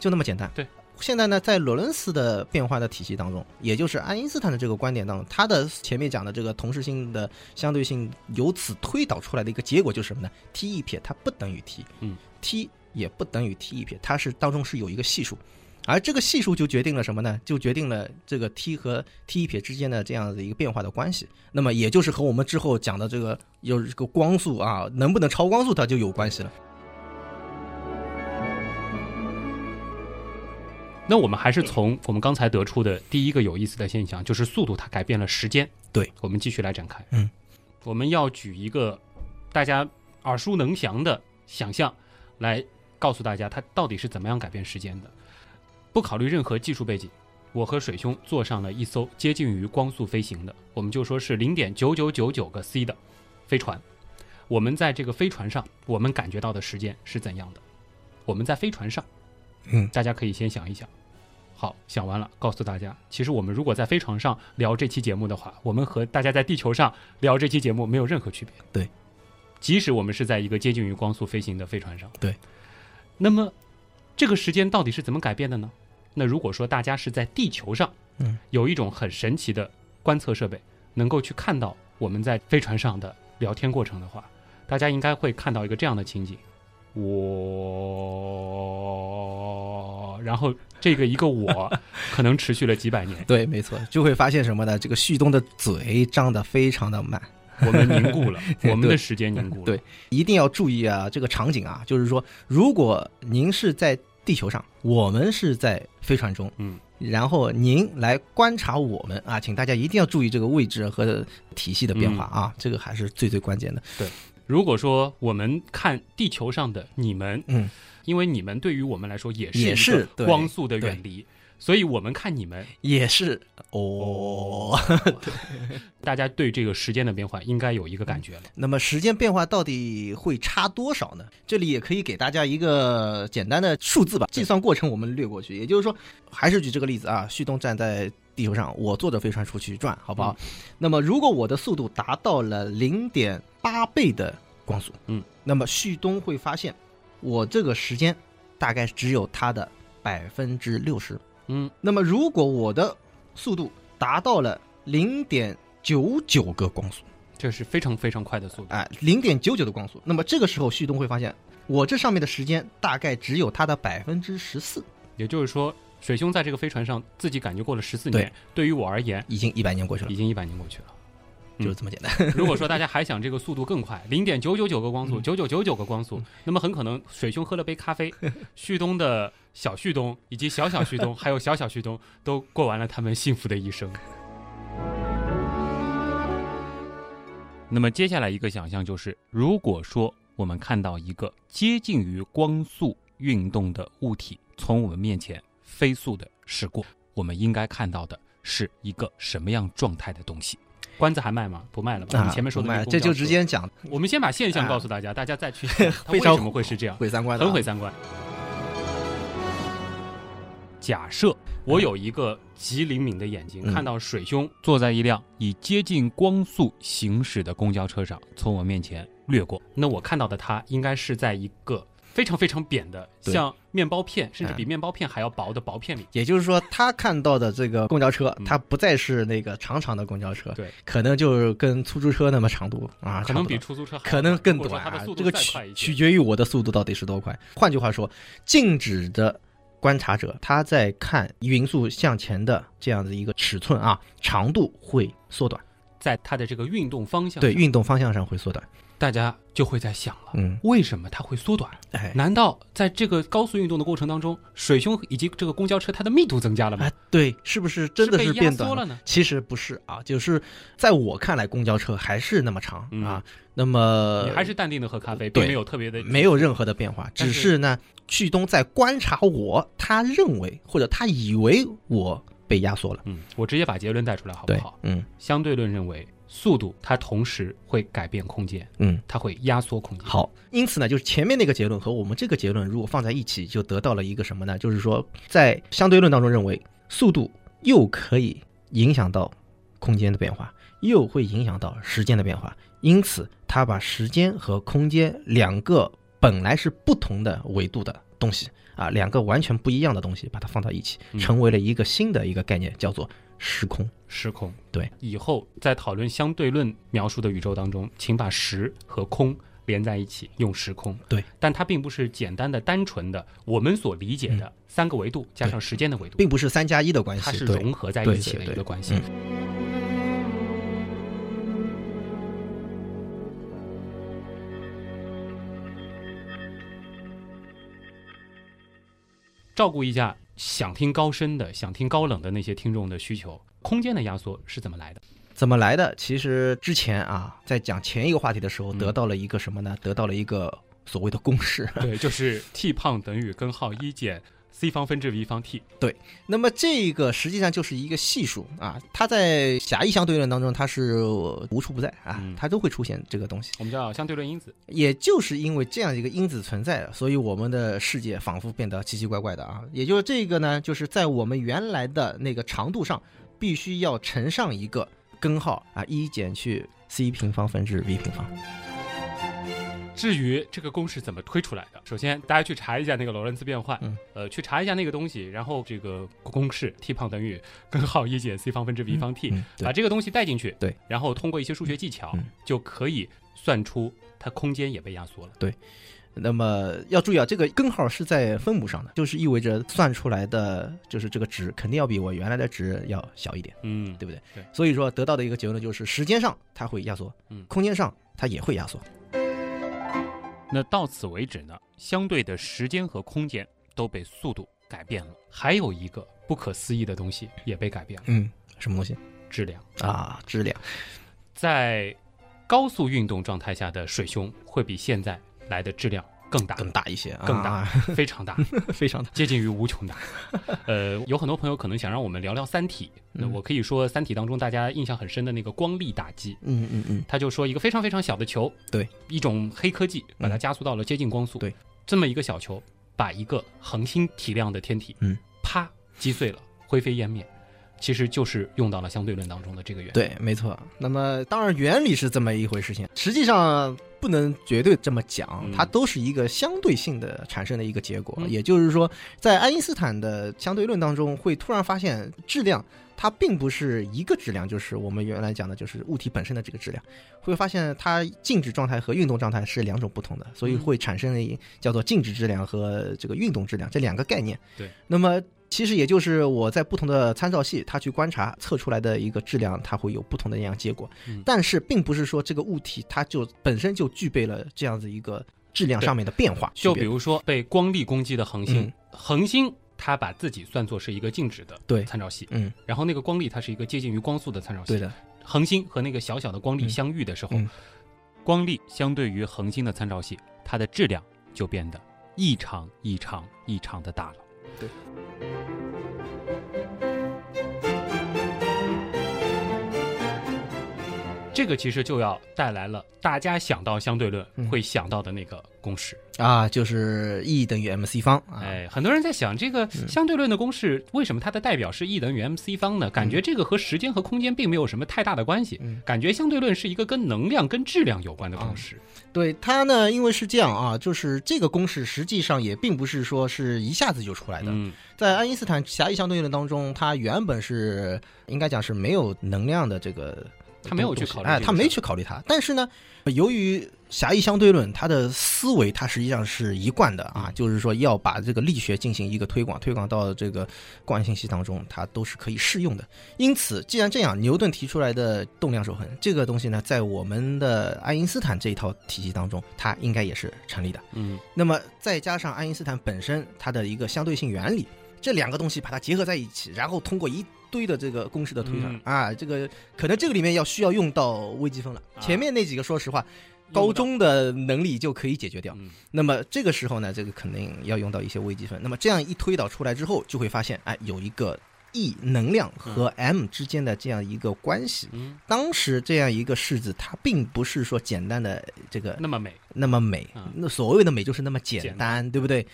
就那么简单。
对。
现在呢，在罗伦斯的变化的体系当中，也就是爱因斯坦的这个观点当中，他的前面讲的这个同时性的相对性，由此推导出来的一个结果就是什么呢？t 一撇它不等于 t，
嗯
，t 也不等于 t 一撇，它是当中是有一个系数，而这个系数就决定了什么呢？就决定了这个 t 和 t 一撇之间的这样的一个变化的关系。那么也就是和我们之后讲的这个有这个光速啊，能不能超光速，它就有关系了。
那我们还是从我们刚才得出的第一个有意思的现象，就是速度它改变了时间。
对，
我们继续来展开。
嗯，
我们要举一个大家耳熟能详的想象来告诉大家，它到底是怎么样改变时间的。不考虑任何技术背景，我和水兄坐上了一艘接近于光速飞行的，我们就说是零点九九九九个 c 的飞船。我们在这个飞船上，我们感觉到的时间是怎样的？我们在飞船上，
嗯
大家可以先想一想。好，想完了，告诉大家，其实我们如果在飞船上聊这期节目的话，我们和大家在地球上聊这期节目没有任何区别。
对，
即使我们是在一个接近于光速飞行的飞船上。
对，
那么这个时间到底是怎么改变的呢？那如果说大家是在地球上，
嗯，
有一种很神奇的观测设备，能够去看到我们在飞船上的聊天过程的话，大家应该会看到一个这样的情景：我，然后这个一个 我，可能持续了几百年，
对，没错，就会发现什么呢？这个旭东的嘴张得非常的满，
我们凝固了，
对
我们的时间凝固了。
对，一定要注意啊，这个场景啊，就是说，如果您是在地球上，我们是在飞船中，
嗯，
然后您来观察我们啊，请大家一定要注意这个位置和体系的变化啊，这个还是最最关键的。
如果说我们看地球上的你们，
嗯，
因为你们对于我们来说也是
也是
一个
对
光速的远离，所以我们看你 们，
也是哦，
大家对这个时间的变化应该有一个感觉了。
那么时间变化到底会差多少呢？这里也可以给大家一个简单的数字吧，计算过程我们略过去。也就是说，还是举这个例子啊，旭东站在地球上，我坐着飞船出去转，好不好？那么如果我的速度达到了零点八倍的光速，
嗯，
那么旭东会发现，我这个时间大概只有它的百分之六十。
嗯，
那么如果我的速度达到了零点九九个光速。
这是非常非常快的速度。
哎，零点九九的光速。那么这个时候，旭东会发现，我这上面的时间大概只有它的百分之十四，
也就是说，水兄在这个飞船上自己感觉过了十四
对
年，对于我而言，
已经一百年过去了
已，经一百年过去了。嗯
就是这么简单。
如果说大家还想这个速度更快，零点九九九个光
嗯
速，九九九九个光速，那么很可能水兄喝了杯咖 啡，旭东的小旭东以及小小旭 东，还有小小旭东都过完了他们幸福的一生。
那么接下来一个想象就是，如果说我们看到一个接近于光速运动的物体从我们面前飞速的驶过，我们应该看到的是一个什么样状态的东西？
关子还卖吗？不卖了吧？
啊
你前面说的
不卖
那个
这
公交
就
车
直，接讲
我们先把现象
啊
告诉大家，大家 再去想它为
非常
什么会是这样，
毁三观了啊，
很毁三观。假设我有一个极灵敏的眼睛，
嗯
看到水兄
坐在一辆以接近光速行驶的公交车上，从我面前掠过。
那我看到的它应该是在一个非常非常扁的，
对
像面包片，甚至比
嗯
面包片还要薄的薄片里。
也就是说，他看到的这个公交车
嗯，
它不再是那个长长的公交车，
对，
可能就是跟出租车那么长度啊，
可能比
呃差
出
不多
租车还要
可能更
或者说它
短啊
的速，
这
度
个
再快
取
一
取
些。
决于我的速度到底是多快。换句话说，静止的观察者他在看匀速向前的这样的一个尺寸啊，长度会缩短，
在它的这个运动方向，
对，，运动方向上会缩短。
大家就会在想了，
嗯，
为什么它会缩短？
哎，
难道在这个高速运动的过程当中，水兄以及这个公交车它的密度增加了吗
哎？，对，是不是真
是
的
被压
变短
缩了呢？
其实不是啊，就是在我看来，公交车还是那么长
嗯
啊。那么
你还是淡定的喝咖啡，
对
并没有特别的
没有任何的变化，
但
只
是
是呢，旭东在观察我，他认为或者他以为我被压缩了，
嗯，我直接把结论带出来好不
对
好？，
嗯
相对论认为，速度它同时会改变空间，
嗯，
它会压缩空间。，
好。因此呢，就是前面那个结论和我们这个结论如果放在一起，就得到了一个什么呢？就是说，在相对论当中认为，速度又可以影响到空间的变化，又会影响到时间的变化。因此，他把时间和空间两个本来是不同的维度的东西啊，两个完全不一样的东西，把它放到一起，
嗯
成为了一个新的一个概念，叫做时空。
时空。
对，
以后在讨论相对论描述的宇宙当中，请把时和空连在一起，用时空。
对，
但它并不是简单的、单纯的我们所理解
嗯
的三个维度加上时间的维度，
并不是三加一的关系，
它是
对
融合在
对
一起的
对
一个
对
关系。
嗯
照顾一下想听高深的、想听高冷的那些听众的需求，空间的压缩是怎么来的？
怎么来的？其实之前啊，在讲前一个话题的时候，
嗯
得到了一个什么呢？得到了一个所谓的公式。
对，就是 t 胖等于根号一减 c 方分之 v 方 t。
那么这个实际上就是一个系数啊，它在狭义相对论当中它是无处不在啊
嗯，
它都会出现这个东西。
我们叫相对论因子。
也就是因为这样一个因子存在，所以我们的世界仿佛变得奇奇怪怪的啊。也就是这个呢，就是在我们原来的那个长度上，必须要乘上一个根号啊，一减去 c 平方分之 v 平方。
至于这个公式怎么推出来的，首先大家去查一下那个劳伦兹变换，
嗯
呃，去查一下那个东西，然后这个公式 t 胖等于根号一减 c 方分之 v 方 t，、
嗯，
把
对，
这个东西带进去，
对，
然后通过一些数学技巧、
嗯
就可以算出它空间也被压缩了。
那么要注意啊，这个根号是在分母上的，就是意味着算出来的就是这个值肯定要比我原来的值要小一点。
嗯，
对不对？
对
所以说得到的一个结论就是，时间上它会压缩，
嗯
空间上它也会压缩。
那到此为止呢，相对的时间和空间都被速度改变了。
还有一个不可思议的东西也被改变了，
嗯，什么东西
质量。
啊？质量。
在高速运动状态下的水胸会比现在来的质量更大，
更大 一些，
更大
啊、
非常大，
非常大。
接近于无穷大。呃，有很多朋友可能想让我们聊聊《三体》，那
嗯
我可以说，《三体》当中大家印象很深的那个光力打击，
嗯嗯嗯，
他就说一个非常非常小的球，
对，
一种黑科技把它
嗯
加速到了接近光速，
对，
这么一个小球把一个恒星体量的天体，
嗯，
啪击碎了，灰飞烟灭，其实就是用到了相对论当中的这个原理。
对，没错。那么当然原理是这么一回事情，实际上不能绝对这么讲
嗯，
它都是一个相对性的产生的一个结果。
嗯
也就是说，在爱因斯坦的相对论当中，会突然发现质量。它并不是一个质量，就是我们原来讲的，就是物体本身的这个质量，会发现它静止状态和运动状态是两种不同的，所以
嗯
会产生一叫做静止质量和这个运动质量这两个概念。
对，
那么其实也就是我在不同的参照系，它去观察测出来的一个质量，它会有不同的那样结果。
嗯
但是并不是说这个物体它就本身就具备了这样子一个质量上面的变化。
就比
区别
如说被光力攻击的恒星，
嗯
恒星它把自己算作是一个静止的
对
参照系，
嗯，
然后那个光力它是一个接近于光速的参照系，
对的，
恒星和那个小小的光力
嗯
相遇的时候，
嗯
光力相对于恒星的参照系，它的质量就变得异常、异常、异常的大了。
对。
这个其实就要带来了大家想到相对论
嗯
会想到的那个公式。
啊，就是 E 等于 mc 方啊。嗯
哎，很多人在想这个相对论的公式，为什么它的代表是 E 等于 mc 方呢？感觉这个和时间和空间并没有什么太大的关系，
嗯
感觉相对论是一个跟能量、跟质量有关的公式。
对它呢，因为是这样啊，就是这个公式实际上也并不是说是一下子就出来的，
嗯，
在爱因斯坦狭义相对论当中，它原本是应该讲是没有能量的这个，
他没有去考虑
哎，
这个
他
事
没
儿
去考虑它。但是呢，由于狭义相对论，它的思维它实际上是一贯的啊，
嗯
就是说要把这个力学进行一个推广，推广到这个惯性系当中，它都是可以适用的。因此，既然这样，牛顿提出来的动量守恒这个东西呢，在我们的爱因斯坦这一套体系当中，它应该也是成立的。
嗯，
那么再加上爱因斯坦本身它的一个相对性原理，这两个东西把它结合在一起，然后通过一堆的这个公式的推算、
嗯
啊，这个可能这个里面要需要用到微积分了。
啊
前面那几个，说实话，
用不到
高中的能力就可以解决掉。
嗯
那么这个时候呢，这个肯定要用到一些微积分。那么这样一推导出来之后，就会发现，哎，有一个 E 能量和 m 之间的这样一个关系。
嗯，
当时这样一个式子，它并不是说简单的这个
那么美，
那么美
嗯，
那所谓的美就是那么简
简
单，对不对？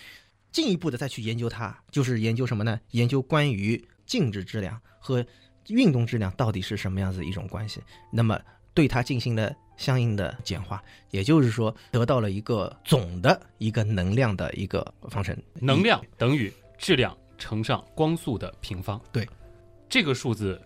进一步的再去研究它，就是研究什么呢？研究关于静止质量和运动质量到底是什么样子的一种关系。那么对它进行了相应的简化，也就是说得到了一个总的一个能量的一个方程。
能量等于质量乘上光速的平方。
对，
这个数字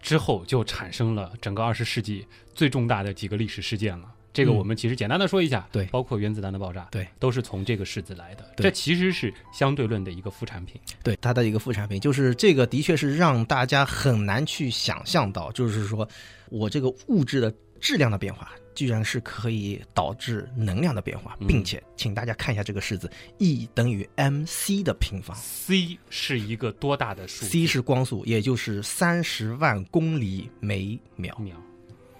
之后就产生了整个二十世纪最重大的几个历史事件了。这个
嗯
我们其实简单的说一下，
对
包括原子弹的爆炸，
对，
都是从这个式子来的。
对
这其实是相对论的一个副产品。
对它的一个副产品，就是这个的确是让大家很难去想象到，就是说我这个物质的质量的变化居然是可以导致能量的变化，
嗯
并且请大家看一下这个式子，E 等于 mc 的平方
c 是一个多大的数字
，c 是光速，也就是三十万公里每秒。
秒，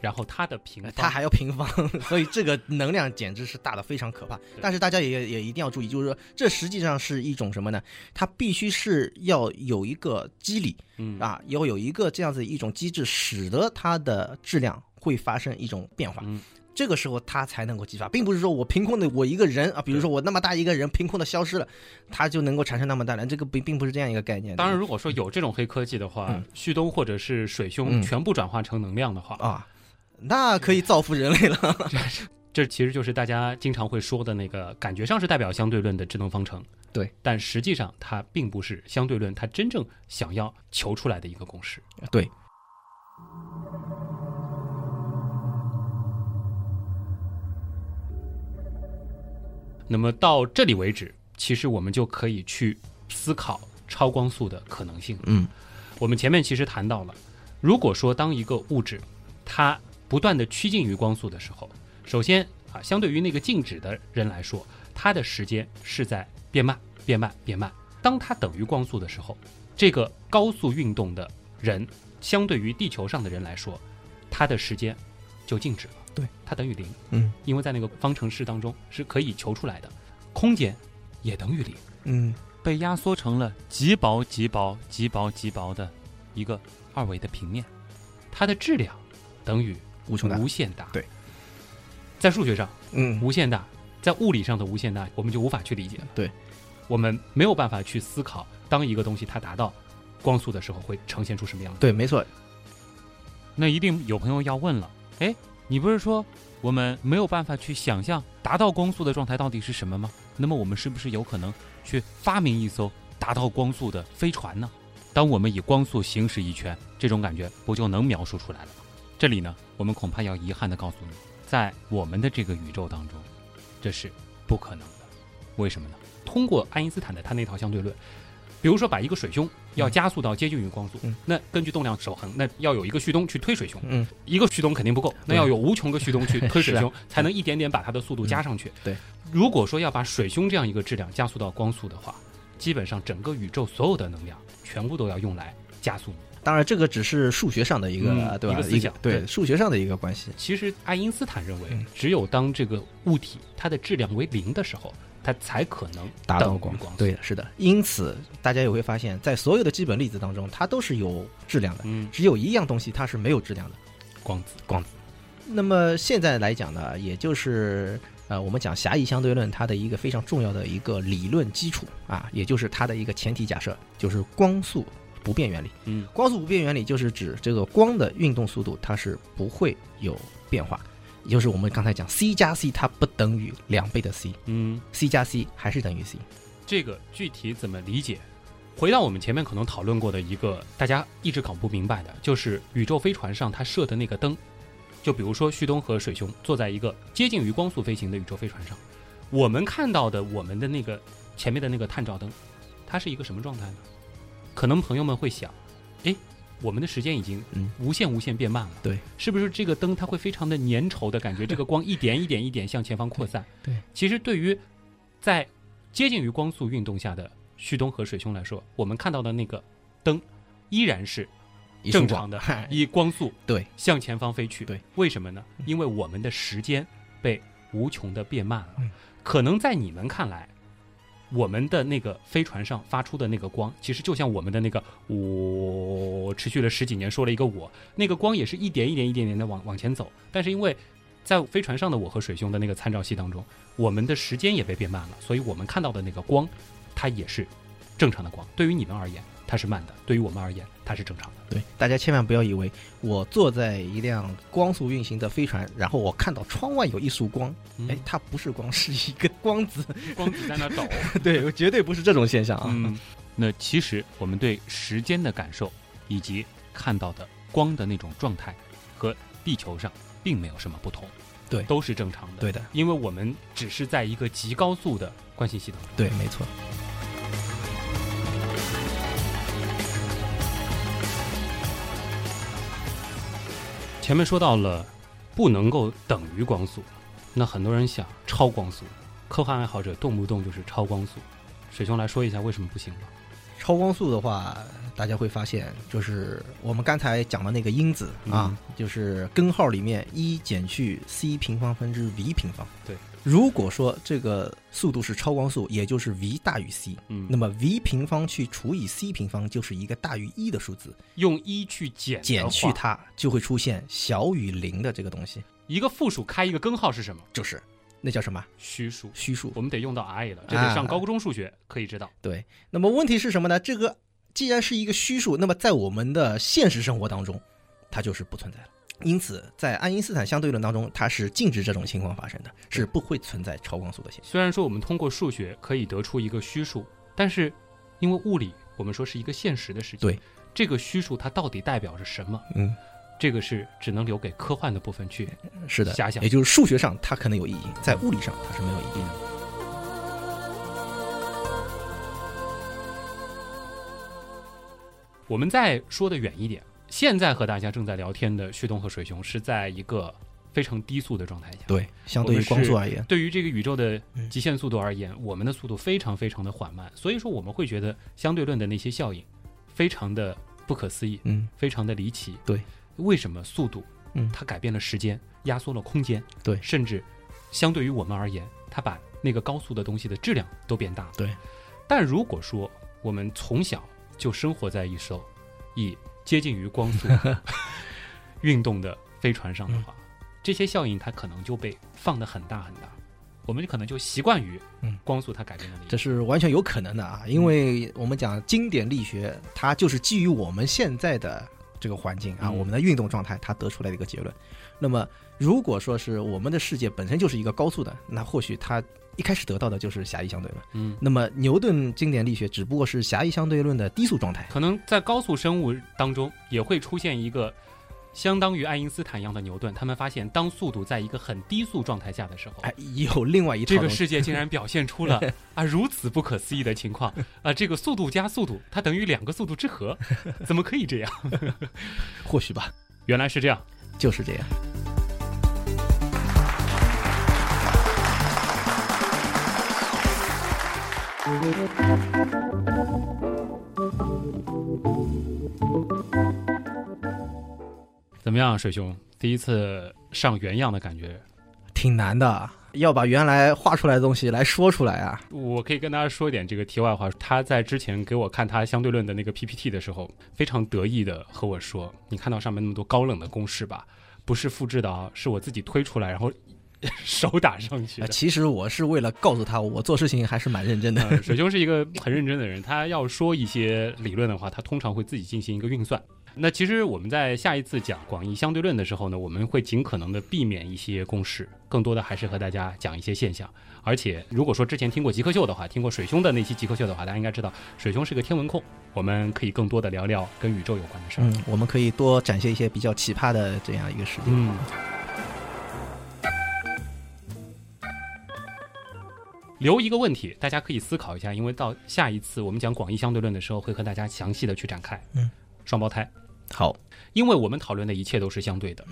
然后它的平
呃
方，
它还要平方， 所以这个能量简直是大的非常可怕。但是大家也也一定要注意，就是说这实际上是一种什么呢？它必须是要有一个机理
嗯
啊，要有一个这样子一种机制，使得它的质量会发生一种变化。
嗯
这个时候它才能够激发，并不是说我凭空的我一个人啊，比如说我那么大一个人凭空的消失了，它就能够产生那么大量，这个并并不是这样一个概念。
当然，如果说有这种黑科技的话
嗯，
旭东或者是水兄
嗯
全部转化成能量的话，
啊，那可以造福人类了。
这其实就是大家经常会说的那个，感觉上是代表相对论的智能方程，
对，
但实际上它并不是相对论它真正想要求出来的一个公式。
对，
那么到这里为止，其实我们就可以去思考超光速的可能性。
嗯，
我们前面其实谈到了，如果说当一个物质它不断的趋近于光速的时候，首先啊，相对于那个静止的人来说，它的时间是在变慢、变慢、变慢。当它等于光速的时候，这个高速运动的人，相对于地球上的人来说，它的时间就静止了。
对，
它等于零。
嗯
因为在那个方程式当中是可以求出来的，空间也等于零。
嗯，
被压缩成了极薄、极薄、极薄、极薄的一个二维的平面。
它的质量等于
无穷大。
无限大。
对，
在数学上
嗯，
无限大，在物理上的无限大，我们就无法去理解了。
对，
我们没有办法去思考，当一个东西它达到光速的时候，会呈现出什么样子。
对，没错，
那一定有朋友要问了，哎，你不是说我们没有办法去想象达到光速的状态到底是什么吗？那么我们是不是有可能去发明一艘达到光速的飞船呢？当我们以光速行驶一圈，这种感觉不就能描述出来了吗？这里呢，我们恐怕要遗憾地告诉你，在我们的这个宇宙当中，这是不可能的。为什么呢？
通过爱因斯坦的他那套相对论，比如说把一个水胸要加速到接近于光速，
嗯
那根据动量守恒，那要有一个旭东去推水胸，
嗯，
一个旭东肯定不够，那
对
要有无穷个旭东去推水
是啊
胸，才能一点点把它的速度加上去。
对，
如果说要把水胸这样一个质量加速到光速的话，基本上整个宇宙所有的能量全部都要用来加速。
当然，这个只是数学上的一个，
嗯
对
一
吧？
个思想对
对数学上的一个关系。
其实爱因斯坦认为
嗯，
只有当这个物体它的质量为零的时候，它才可能
达
等
到
于
光
光速。
对，是的。因此，大家也会发现，在所有的基本粒子当中，它都是有质量的，
嗯，
只有一样东西它是没有质量的。
光子，
那么现在来讲呢，也就是呃，我们讲狭义相对论它的一个非常重要的一个理论基础啊，也就是它的一个前提假设，就是光速不变原理。
嗯，
光速不变原理就是指这个光的运动速度它是不会有变化，也就是我们刚才讲 c 加 c 它不等于两倍的 c，c
嗯，
加 c 还是等于 c。
这个具体怎么理解？回到我们前面可能讨论过的一个大家一直搞不明白的，就是宇宙飞船上它射的那个灯。就比如说旭东和水熊坐在一个接近于光速飞行的宇宙飞船上，我们看到的我们的那个前面的那个探照灯，它是一个什么状态呢？可能朋友们会想，诶，我们的时间已经
嗯
无限无限变慢了，
对，
是不是这个灯它会非常的粘稠的 感觉？这个光一点一点一点向前方扩散。
对对
其实对于在接近于光速运动下的旭东和水兄来说，我们看到的那个灯依然是
一束
正
光
常的
嗨
以光速
哎对
向前方飞去。
对，嗯
为什么呢？因为我们的时间被无穷的变慢了。
嗯
可能在你们看来，我们的那个飞船上发出的那个光，其实就像我们的那个我持续了十几年说了一个我，那个光也是一点一点一点点的往往前走。但是因为在飞船上的我和水兄的那个参照系当中，我们的时间也被变慢了，所以我们看到的那个光，它也是正常的光。对于你们而言，它是慢的；对于我们而言，它是正常的。
对，大家千万不要以为我坐在一辆光速运行的飞船，然后我看到窗外有一束光，
嗯
哎，它不是光，是一个光子，
光子在那 抖。
对，绝对不是这种现象啊。
嗯，
那其实我们对时间的感受，以及看到的光的那种状态，和地球上并没有什么不同，
对
都是正常的。
对的，
因为我们只是在一个极高速的关系系统中。
对，没错。
前面说到了不能够等于光速。那很多人想超光速，科幻爱好者动不动就是超光速。水兄来说一下为什么不行吧？
超光速的话，大家会发现，就是我们刚才讲的那个因子啊，
嗯
就是根号里面一减去 c 平方分之 v 平方。
对，
如果说这个速度是超光速，也就是 v 大于 c，
嗯
那么 v 平方去除以 c 平方就是一个大于一的数字，
用一去减的
减
话
去它就会出现小于零的这个东西，
一个负数开一个根号是什么？
就是那叫什么
虚数。
虚数。
我们得用到 I E 了，这
啊
得上高中数学可以知道。
对，那么问题是什么呢？这个既然是一个虚数，那么在我们的现实生活当中，它就是不存在了。因此，在爱因斯坦相对论当中，它是禁止这种情况发生的，是不会存在超光速的现象。
虽然说我们通过数学可以得出一个虚数，但是因为物理，我们说是一个现实的事情。
对，
这个虚数它到底代表着什么？
嗯，
这个是只能留给科幻的部分去。
是的，
遐想
也就是数学上它可能有意义，在物理上它是没有意义的。
我们再说的远一点，现在和大家正在聊天的旭东和水熊是在一个非常低速的状态下。
对，相对于光速而言，
对于这个宇宙的
嗯
极限速度而言，我们的速度非常非常的缓慢，所以说我们会觉得相对论的那些效应非常的不可思议，
嗯，
非常的离奇。
对，
为什么速度？
嗯
它改变了时间，压缩了空间。
对
甚至相对于我们而言，它把那个高速的东西的质量都变大了。
对，
但如果说我们从小就生活在一艘以接近于光 速运动的飞船上的
嗯
话，这些效应它可能就被放得很大很大，我们可能就习惯于
嗯
光速它改变了力
这是完全有可能的啊，
嗯
因为我们讲经典力学，它就是基于我们现在的这个环境啊，
嗯
我们的运动状态，它得出来的一个结论。那么，如果说是我们的世界本身就是一个高速的，那或许它一开始得到的就是狭义相对论。
嗯，
那么牛顿经典力学只不过是狭义相对论的低速状态。
可能在高速生物当中也会出现一个相当于爱因斯坦一样的牛顿，他们发现当速度在一个很低速状态下的时候，
哎，有另外一套
这个
东西
世界竟然表现出 了啊如此不可思议的情况啊！这个速度加速度，它等于两个速度之和，怎么可以这 样？
或许吧，
原来是这样。
就是这样。
怎么样，啊水兄？第一次上原样的感觉，
挺难的，要把原来画出来的东西来说出来啊。
我可以跟大家说一点这个题外话。他在之前给我看他相对论的那个 PPT 的时候，非常得意的和我说：“你看到上面那么多高冷的公式吧，不是复制的啊，是我自己推出来，然后 手打上去
啊，
的。
其实我是为了告诉他，我做事情还是蛮认真的。
呃水兄是一个很认真的人，他要说一些理论的话，他通常会自己进行一个运算。那其实我们在下一次讲广义相对论的时候呢，我们会尽可能的避免一些公式，更多的还是和大家讲一些现象。而且如果说之前听过极客秀的话，听过水兄的那期极客秀的话，大家应该知道水兄是个天文控，我们可以更多的聊聊跟宇宙有关的事儿。
嗯，我们可以多展现一些比较奇葩的这样一个事情。
嗯。留一个问题，大家可以思考一下，因为到下一次我们讲广义相对论的时候，会和大家详细的去展开。
嗯，
双胞胎，
好，
因为我们讨论的一切都是相对的。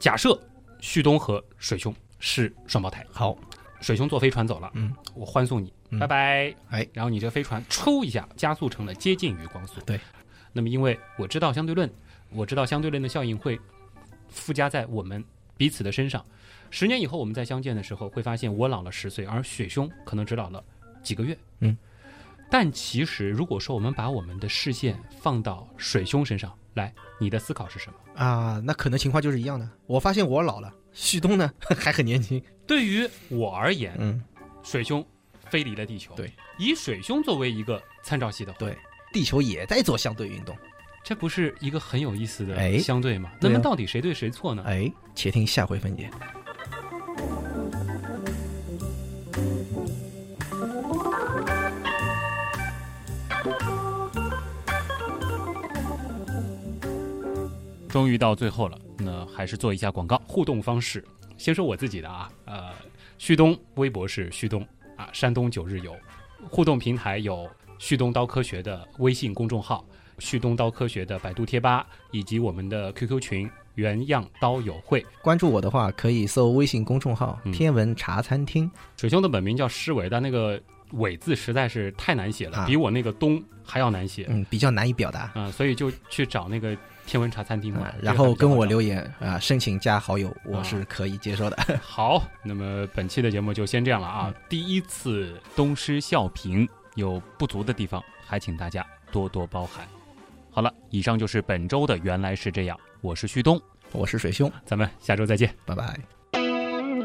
假设旭东和水兄是双胞胎，
好，
水兄坐飞船走了，
嗯，
我欢送你，
嗯
拜拜。
哎，
然后你这飞船抽一下加速成了接近于光速。
对，
那么因为我知道相对论，我知道相对论的效应会附加在我们彼此的身上。十年以后我们再相见的时候，会发现我老了十岁，而水兄可能只老了几个月。
嗯，
但其实如果说我们把我们的视线放到水兄身上来，你的思考是什么？
啊，那可能情况就是一样的。我发现我老了，旭东呢 还很年轻。
对于我而言，
嗯，
水兄飞离了地球。
对，
以水兄作为一个参照系的话，
对地球也在做相对运动。
这不是一个很有意思
哎
的相对吗？
对
那
啊
么到底谁对谁错呢？
哎，且听下回分解。
终于到最后了，那还是做一下广告。
互动方式，先说我自己的啊，呃，旭东微博是旭东啊，山东九日游，互动平台有旭东刀科学的微信公众号、旭东刀科学的百度贴吧，以及我们的 QQ 群原样刀友会。
关注我的话，可以搜微信公众号“
嗯
天文茶餐厅
水兄的本名叫施伟，但那个伟字实在是太难写了，
啊
比我那个东还要难”，写。
嗯，比较难以表达。
嗯，所以就去找那个天文茶餐厅嘛
啊，，然后跟我留
言。
言啊，申请加好友，我是可以接受的。
好，那么本期的节目就先这样了
嗯
啊。第一次
东施效颦有不足的地方，还请大家多多包涵。好了，以上就是本周的原来是这样，我是旭东，
我是水兄，
咱们下周再见。
拜拜。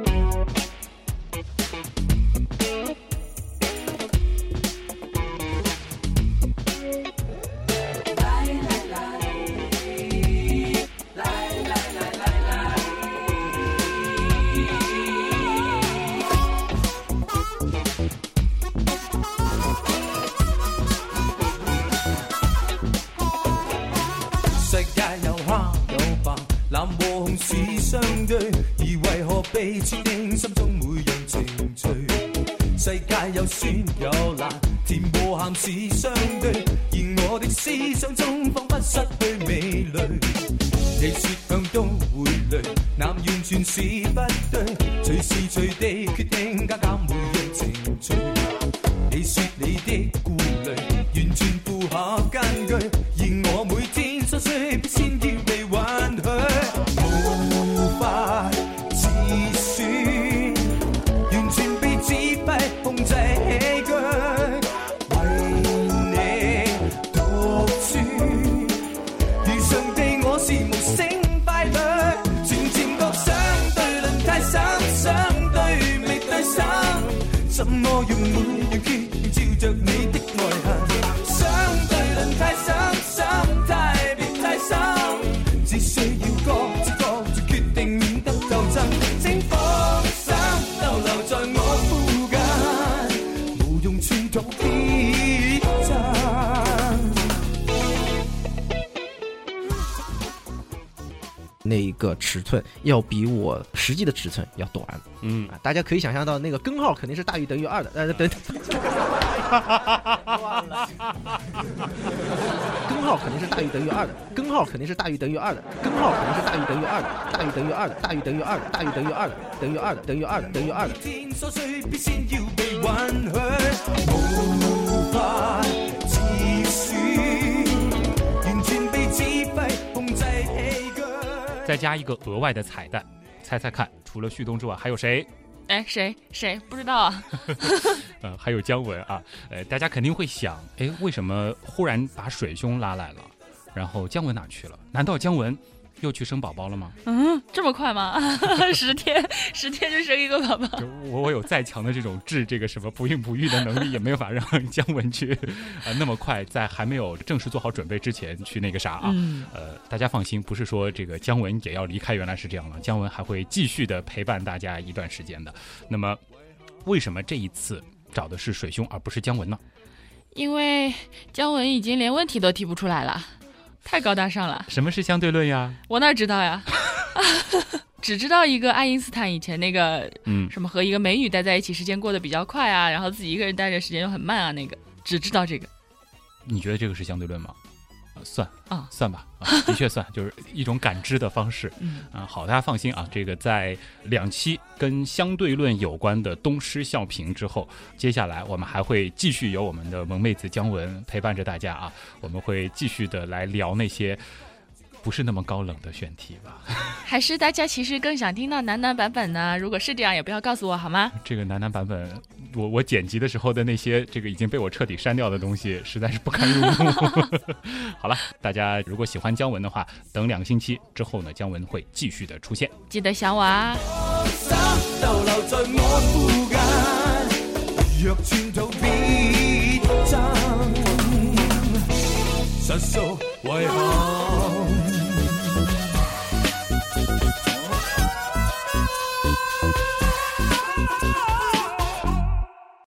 世界有黑有白，藍和紅是相對，而為何被設定心中每樣情趣？世界有酸有辣，甜和鹹是相對，而我的思想中彷彿失去美女。你說向都會累，男完全是不對，隨時隨地決定加減每樣情趣。你说你的顾虑完全符合根据，而我每天所需必先要被允许，无法自选，完全被指挥控制起居，为你读书。遇上帝，我是無聲傀儡，漸漸覺相對論太深，相對未對心，怎麼用每樣決定照着你的愛恨？相對論太深，心態別太深，只需要各自各自決定，免得鬥爭。請放心，逗留在我附近，無用寸土必爭。
那个尺寸要比我实际的尺寸要短
嗯，
啊，大家可以想象到那个根号肯定是大于等于二的， 呃，等，根号肯定是大于等于二的，根号肯定是大于等于二的，根号肯定是大于等于二的，大于等于二的，大于等于二的，大于等于二的，等于二的，等于二的，等于二的。
天所需必先要被允許，無法自選，完全被指揮控制器具。
再加一个额外的彩蛋，猜猜看，除了旭东之外还有谁？
哎，谁谁不知道 啊？
呃，还有姜文啊，呃，大家肯定会想，哎，为什么忽然把水兄拉来了？然后姜文哪去了？难道姜文又去生宝宝了吗？
嗯，这么快吗？ 十天， 十天就生一个宝宝。
就我我有再强的这种治这个什么不孕不育的能力，也没有法让 姜文去啊、呃那么快，在还没有正式做好准备之前去那个啥啊。
嗯，
呃，大家放心，不是说这个姜文也要离开，原来是这样了，姜文还会继续的陪伴大家一段时间的。那么，为什么这一次找的是水兄而不是姜文呢？
因为姜文已经连问题都提不出来了，太高大上了，
什么是相对论呀？
我哪知道 呀？ 只知道一个爱因斯坦以前那个
嗯，
什么和一个美女待在一起时间过得比较快啊，然后自己一个人待着时间又很慢啊，那个只知道这个。
你觉得这个是相对论吗？呃算
啊
算吧，啊，的确算， 就是一种感知的方式。
嗯，
啊，好，大家放心啊，这个在两期跟相对论有关的东施效颦之后，接下来我们还会继续有我们的萌妹子姜文陪伴着大家啊，我们会继续的来聊那些不是那么高冷的选题吧。
还是大家其实更想听到男男版本呢？如果是这样，也不要告诉我好吗？
这个男男版本，我我剪辑的时候的那些这个已经被我彻底删掉的东西，实在是不堪入目。好了，大家如果喜欢姜文的话，等两个星期之后呢，姜文会继续的出现。
记得想我啊。
心逗留在我附近，若寸土必爭，實屬遺憾。